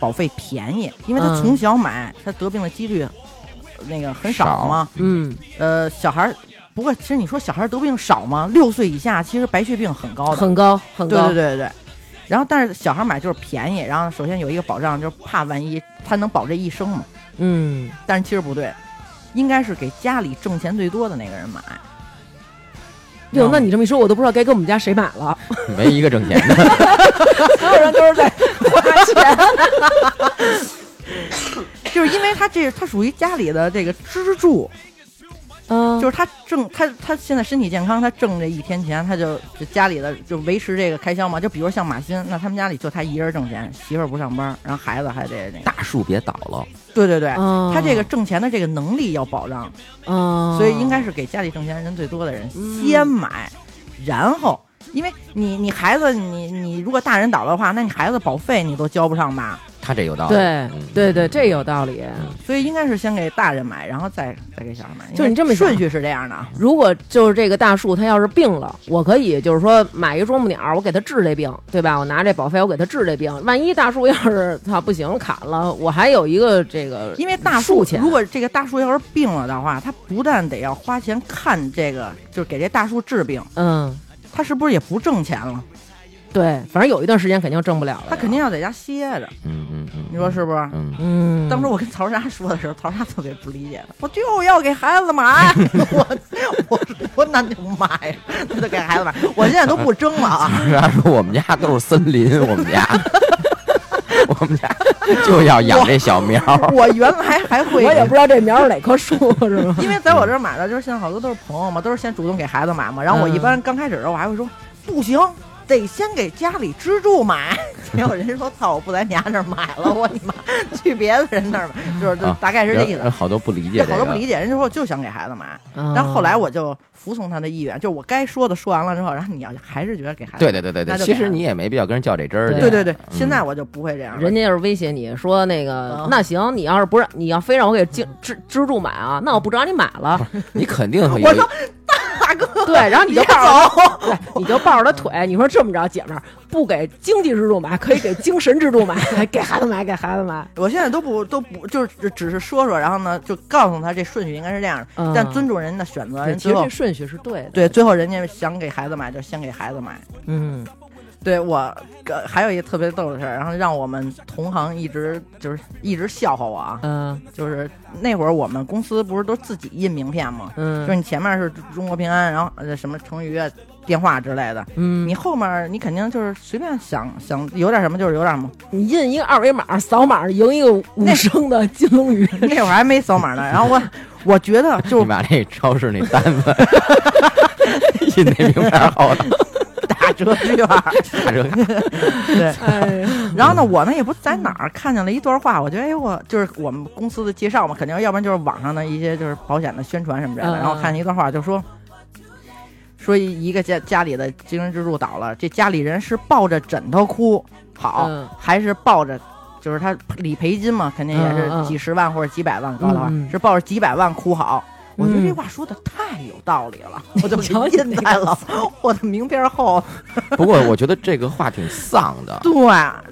Speaker 4: 保费便宜，因为他
Speaker 1: 嗯
Speaker 4: 从小买，他得病的几率呃那个很少嘛，
Speaker 1: 嗯，
Speaker 4: 呃，小孩儿，不过其实你说小孩儿得病少吗？六岁以下其实白血病很高的，
Speaker 1: 很高很
Speaker 4: 对
Speaker 1: 高，
Speaker 4: 对对对对。然后但是小孩儿买就是便宜，然后首先有一个保障，就是怕万一他能保这一生嘛。
Speaker 1: 嗯，
Speaker 4: 但是其实不对，应该是给家里挣钱最多的那个人买。嗯
Speaker 1: 哟，那你这么一说，我都不知道该跟我们家谁买了。
Speaker 2: 没一个挣钱的，
Speaker 1: 所有人都是在花钱。
Speaker 4: 就是因为他这他属于家里的这个支柱，
Speaker 1: 嗯，
Speaker 4: 就是他挣他他现在身体健康，他挣这一天钱，他就就家里的就维持这个开销嘛。就比如像马鑫，那他们家里就他一人挣钱，媳妇儿不上班，然后孩子还得那个。
Speaker 2: 大树别倒了。
Speaker 4: 对对对，
Speaker 1: 哦
Speaker 4: 他这个挣钱的这个能力要保障，
Speaker 1: 嗯，
Speaker 4: 所以应该是给家里挣钱人最多的人先买，然后因为你你孩子你你如果大人倒了的话，那你孩子保费你都交不上吧，
Speaker 2: 他这有道理，
Speaker 1: 对
Speaker 2: 嗯
Speaker 1: 对对，这有道理。
Speaker 4: 所以应该是先给大人买，然后再再给小孩买。
Speaker 1: 就是你这么
Speaker 4: 应该
Speaker 1: 想
Speaker 4: 顺序是这样的啊，
Speaker 1: 如果就是这个大树，它要是病了，我可以就是说买一啄木鸟，我给它治这病，对吧？我拿这保费，我给它治这病。万一大树要是它不行砍了，我还有一个这个，
Speaker 4: 因为 大
Speaker 1: 树
Speaker 4: 树
Speaker 1: 钱，
Speaker 4: 如果这个大树要是病了的话，他不但得要花钱看这个，就是给这大树治病，
Speaker 1: 嗯，
Speaker 4: 他是不是也不挣钱了？
Speaker 1: 对，反正有一段时间肯定挣不了了，
Speaker 4: 他肯定要在家歇着。
Speaker 2: 嗯嗯嗯
Speaker 4: 你说是不是？
Speaker 2: 嗯，
Speaker 1: 啊嗯，
Speaker 4: 当时我跟曹莎说的时候，曹莎特别不理解，我就要给孩子买， 我我我那就买，那就给孩子买，我现在都不争了啊，
Speaker 2: 他说我们家都是森林，我们家， 我们家就要养这小苗。
Speaker 4: 我原来还会，
Speaker 1: 我也不知道这苗 是哪棵树，是 吗？
Speaker 4: 因为在我这儿买的，就是现在好多都是朋友嘛，都是先主动给孩子买嘛。然
Speaker 2: 嗯
Speaker 4: 后我一般刚开始的时候，我还会说不行，得先给家里支柱买。 结果人家说操，我不在你家那儿买了，我你妈去别的人那儿买，就是就
Speaker 2: 啊
Speaker 4: 大概是这意
Speaker 2: 人
Speaker 4: 思。
Speaker 2: 好多不理解
Speaker 4: 这
Speaker 2: 这个，
Speaker 4: 好多不理解，人家说我就想给孩子买，
Speaker 1: 嗯
Speaker 4: 但后来我就服从他的意愿，就是我该说的说完了之后，然后你要还是觉得给孩子
Speaker 2: 对
Speaker 4: 买，
Speaker 2: 对对对对，
Speaker 4: 那就
Speaker 2: 其
Speaker 4: 给
Speaker 2: 实你也没必要跟人较这真儿去。
Speaker 4: 对对对，
Speaker 2: 嗯
Speaker 4: 现在我就不会这样了。
Speaker 1: 人家要是威胁你说那个
Speaker 4: 嗯，
Speaker 1: 那行，你要是不让，你要非让我给支支支柱买啊，那我不找你买了。
Speaker 2: 你肯 定会有
Speaker 4: 我说大哥，
Speaker 1: 对，然后你就
Speaker 4: 别
Speaker 1: 抱着
Speaker 4: 走，
Speaker 1: 对，你就抱着他腿，你说这么着，姐们儿，不给经济支柱买，可以给精神支柱买， 给孩子买，给孩子买。
Speaker 4: 我现在都不都不就是只只是说说，然后呢就告诉他这顺序应该是这样的，
Speaker 1: 嗯
Speaker 4: 但尊重人的选择。
Speaker 1: 对，
Speaker 4: 人
Speaker 1: 其
Speaker 4: 最
Speaker 1: 实
Speaker 4: 后
Speaker 1: 这顺序是对的。，
Speaker 4: 对最后人家想给孩子买就先给孩子买。
Speaker 1: 嗯，
Speaker 4: 对我、呃还有一个特别逗的事儿，然后让我们同行一直就是一直笑话我啊，
Speaker 1: 嗯
Speaker 4: 就是那会儿我们公司不是都自己印名片吗？就是
Speaker 1: 嗯
Speaker 4: 你前面是中国平安，然后呃什么成语啊、电话之类的，
Speaker 1: 嗯，
Speaker 4: 你后面你肯定就是随便想想有点什么就是有点什么。
Speaker 1: 你印一个二维码，扫码赢一个五
Speaker 4: 那
Speaker 1: 升的金龙鱼。
Speaker 4: 那会儿还没扫码呢，然后 我我觉得就
Speaker 2: 你把那超市那单子印那名牌号的
Speaker 4: 打折券儿，
Speaker 2: 打折，
Speaker 4: 对。
Speaker 1: 哎呀，
Speaker 4: 然后呢，我呢也不在哪儿看见了一段话，我觉得哎，我就是我们公司的介绍嘛，肯定要不然就是网上的一些就是保险的宣传什么之类的。
Speaker 1: 嗯
Speaker 4: 然后看见一段话，就说说一个家家里的精神支柱倒了，这家里人是抱着枕头哭好，
Speaker 1: 嗯
Speaker 4: 还是抱着就是他理赔金嘛，肯定也
Speaker 1: 嗯嗯
Speaker 4: 是
Speaker 1: 嗯
Speaker 4: 几十万或者几百万高的话，
Speaker 1: 嗯嗯
Speaker 4: 是抱着几百万哭好。我觉得这
Speaker 1: 嗯
Speaker 4: 话说的太有道理了，我就给
Speaker 1: 瞧你
Speaker 4: 印
Speaker 1: 那
Speaker 4: 在
Speaker 1: 个
Speaker 4: 了我的名片后。
Speaker 2: 不过我觉得这个话挺丧的，
Speaker 4: 对，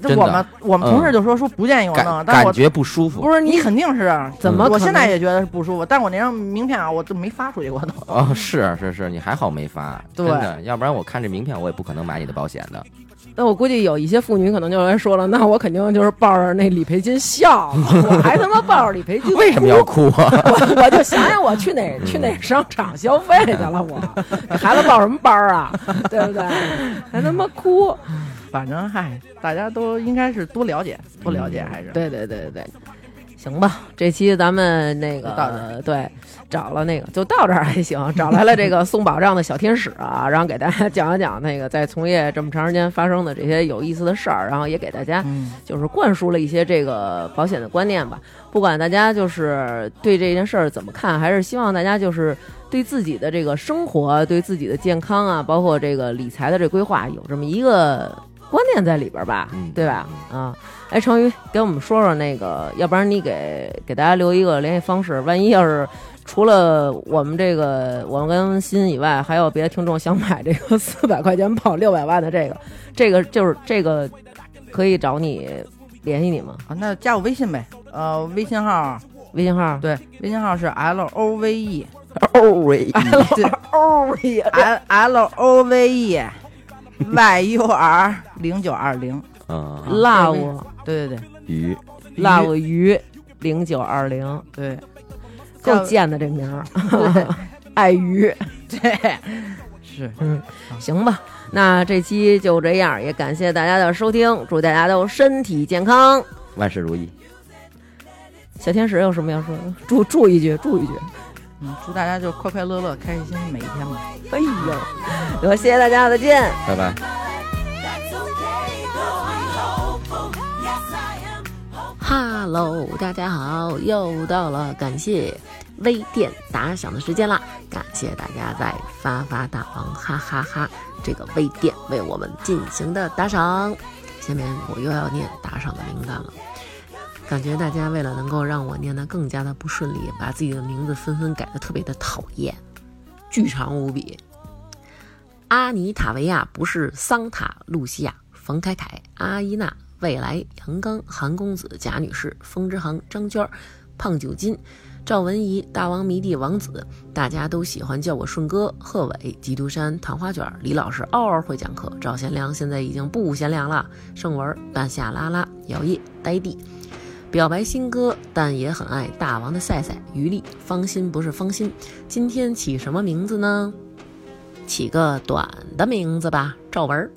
Speaker 2: 真的
Speaker 4: 就
Speaker 2: 嗯
Speaker 4: 我们我们同事就说说不建议我弄，
Speaker 2: 感
Speaker 4: 但是
Speaker 2: 感
Speaker 4: 我
Speaker 2: 觉不舒服
Speaker 4: 不是你肯定是
Speaker 1: 怎么可能？
Speaker 4: 我现在也觉得是不舒服，但是我那张名片啊，我都没发出去过都。
Speaker 2: 啊、是是是，你还好没发，
Speaker 4: 对
Speaker 2: 真的，要不然我看这名片我也不可能买你的保险的。
Speaker 1: 那我估计有一些妇女可能就来说了，那我肯定就是抱着那理赔金笑，我还他妈抱着理赔金哭，
Speaker 2: 为什么要哭啊？
Speaker 1: 我我就想想我去哪去哪商场消费去了，我给孩子报什么班儿啊，对不对？还他妈哭，
Speaker 4: 反正嗨，大家都应该是多了解，多了
Speaker 2: 嗯
Speaker 4: 解还是。
Speaker 1: 对对对对对，行吧，这期咱们那
Speaker 4: 就到这儿
Speaker 1: 个对找了那个就到这儿还行，找来了这个送保障的小天使啊，然后给大家讲一讲那个在从业这么长时间发生的这些有意思的事儿，然后也给大家
Speaker 4: 嗯
Speaker 1: 就是灌输了一些这个保险的观念吧。不管大家就是对这件事儿怎么看，还是希望大家就是对自己的这个生活、对自己的健康啊，包括这个理财的这规划，有这么一个观念在里边儿吧，
Speaker 2: 嗯
Speaker 1: 对吧？啊，哎，成宇，给我们说说那个，要不然你给给大家留一个联系方式，万一要是。除了我们这个，我们跟新以外，还有别的听众想买这个 四百块钱保六百万的这个，这个就是这个可以找你联系你吗？
Speaker 4: 啊，那加我微信呗，呃，微信号
Speaker 1: 微信号
Speaker 4: 对，微信号是 L O V E
Speaker 2: 哦喂，
Speaker 4: 对
Speaker 1: O E
Speaker 4: L L O V E Y U R 零九二零，
Speaker 2: 嗯，
Speaker 1: love
Speaker 4: 对对对
Speaker 2: 鱼
Speaker 1: love 鱼零九二零，
Speaker 4: 对，
Speaker 1: 够贱的这名儿，
Speaker 4: 对
Speaker 1: 爱鱼。
Speaker 4: 对是，
Speaker 1: 行吧，那这期就这样，也感谢大家的收听，祝大家都身体健康。
Speaker 2: 万事如意。
Speaker 1: 小天使有什么要说的？祝祝一句，祝一句。
Speaker 4: 嗯，祝大家就快快乐乐、开开心心每一天吧。
Speaker 1: 哎 呦，得，谢谢大家，再见。
Speaker 2: 拜拜。
Speaker 3: That's okay, though I'm hopeful. Yes, I am hopeful.
Speaker 7: Hello，大家好，又到了感谢微店打赏的时间啦！感谢大家在发发大王哈哈哈这个微店为我们进行的打赏。下面我又要念打赏的名单了，感觉大家为了能够让我念得更加的不顺利，把自己的名字纷纷改得特别的讨厌，巨长无比。阿尼塔维亚不是桑塔露西亚，冯凯凯、阿依娜、未来、杨刚、韩公子、贾女士、风之航、张娟儿、胖九金、赵文怡、大王迷弟王子，大家都喜欢叫我顺哥、贺炜、基督山、糖花卷、李老师，嗷嗷会讲课。赵贤良现在已经不贤良了，盛文、半夏拉拉、姚烨、呆弟。表白新歌，但也很爱大王的赛赛、于丽、芳心不是芳心。今天起什么名字呢？起个短的名字吧，赵文儿。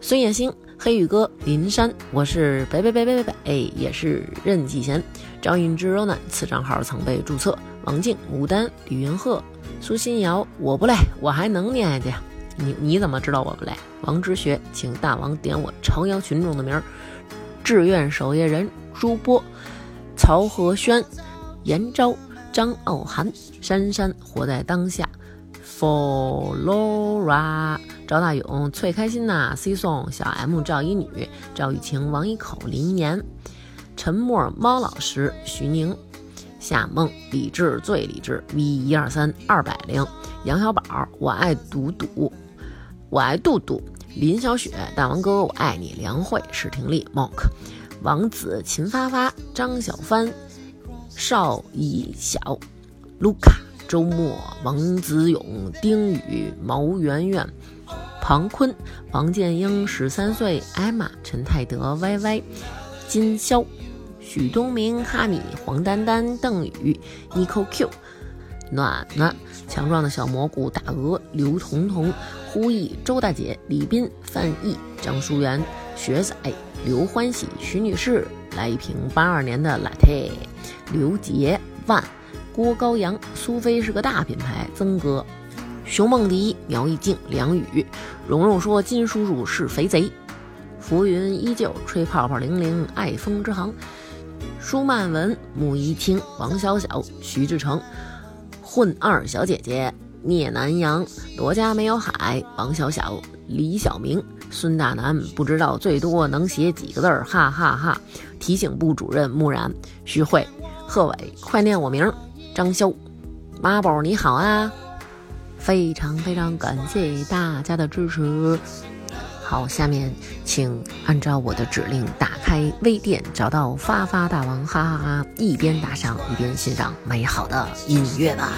Speaker 7: 孙燕星、黑羽哥、林珊，我是北北北北北北，也是任继贤。张韵之 Ronan 此账号曾被注册。王静、牡丹、李云鹤、苏新瑶，我不累，我还能念下去呀。你你怎么知道我不累？王之学，请大王点我朝阳群众的名儿。志愿守夜人朱波、曹和轩、严昭、张傲涵、珊珊，活在当下。Flora、赵大勇、崔开心呐、C 宋、小 M、赵一女、赵雨晴、王一口、林岩、沉默、猫老师、徐宁、夏梦、理智最理智 V 一二三二百零、杨小宝、我爱赌赌、我爱杜杜、林小雪、大王哥哥我爱你、梁慧、史廷丽、Monk、王子、秦发发、张小帆、邵以晓、卢卡、周末、王子勇、丁宇、毛媛媛、庞坤、王建英、十三岁、艾玛、陈泰德、Y Y、金霄、许东明、哈米、黄丹丹、邓宇、Nico Q、暖暖、强壮的小蘑菇、大鹅、刘彤彤、呼毅、周大姐、李斌、范毅、张淑媛、学仔、刘欢喜、徐女士，来一瓶八二年的 latte，刘杰、万。郭高阳、苏菲是个大品牌，曾哥、熊梦迪、苗艺静、梁宇、蓉蓉说金叔叔是肥贼，浮云依旧吹泡泡零零，爱风之行，舒曼文、穆一清、王小小、徐志成、混二小姐姐、聂南阳、罗家没有海、王小小、李小明、孙大南，不知道最多能写几个字儿，哈哈哈提醒部主任木然、徐慧、贺伟，快念我名儿，张潇。妈宝你好啊！非常非常感谢大家的支持。好，下面请按照我的指令打开微店，找到发发大王，哈哈哈！一边打赏一边欣赏美好的音乐吧。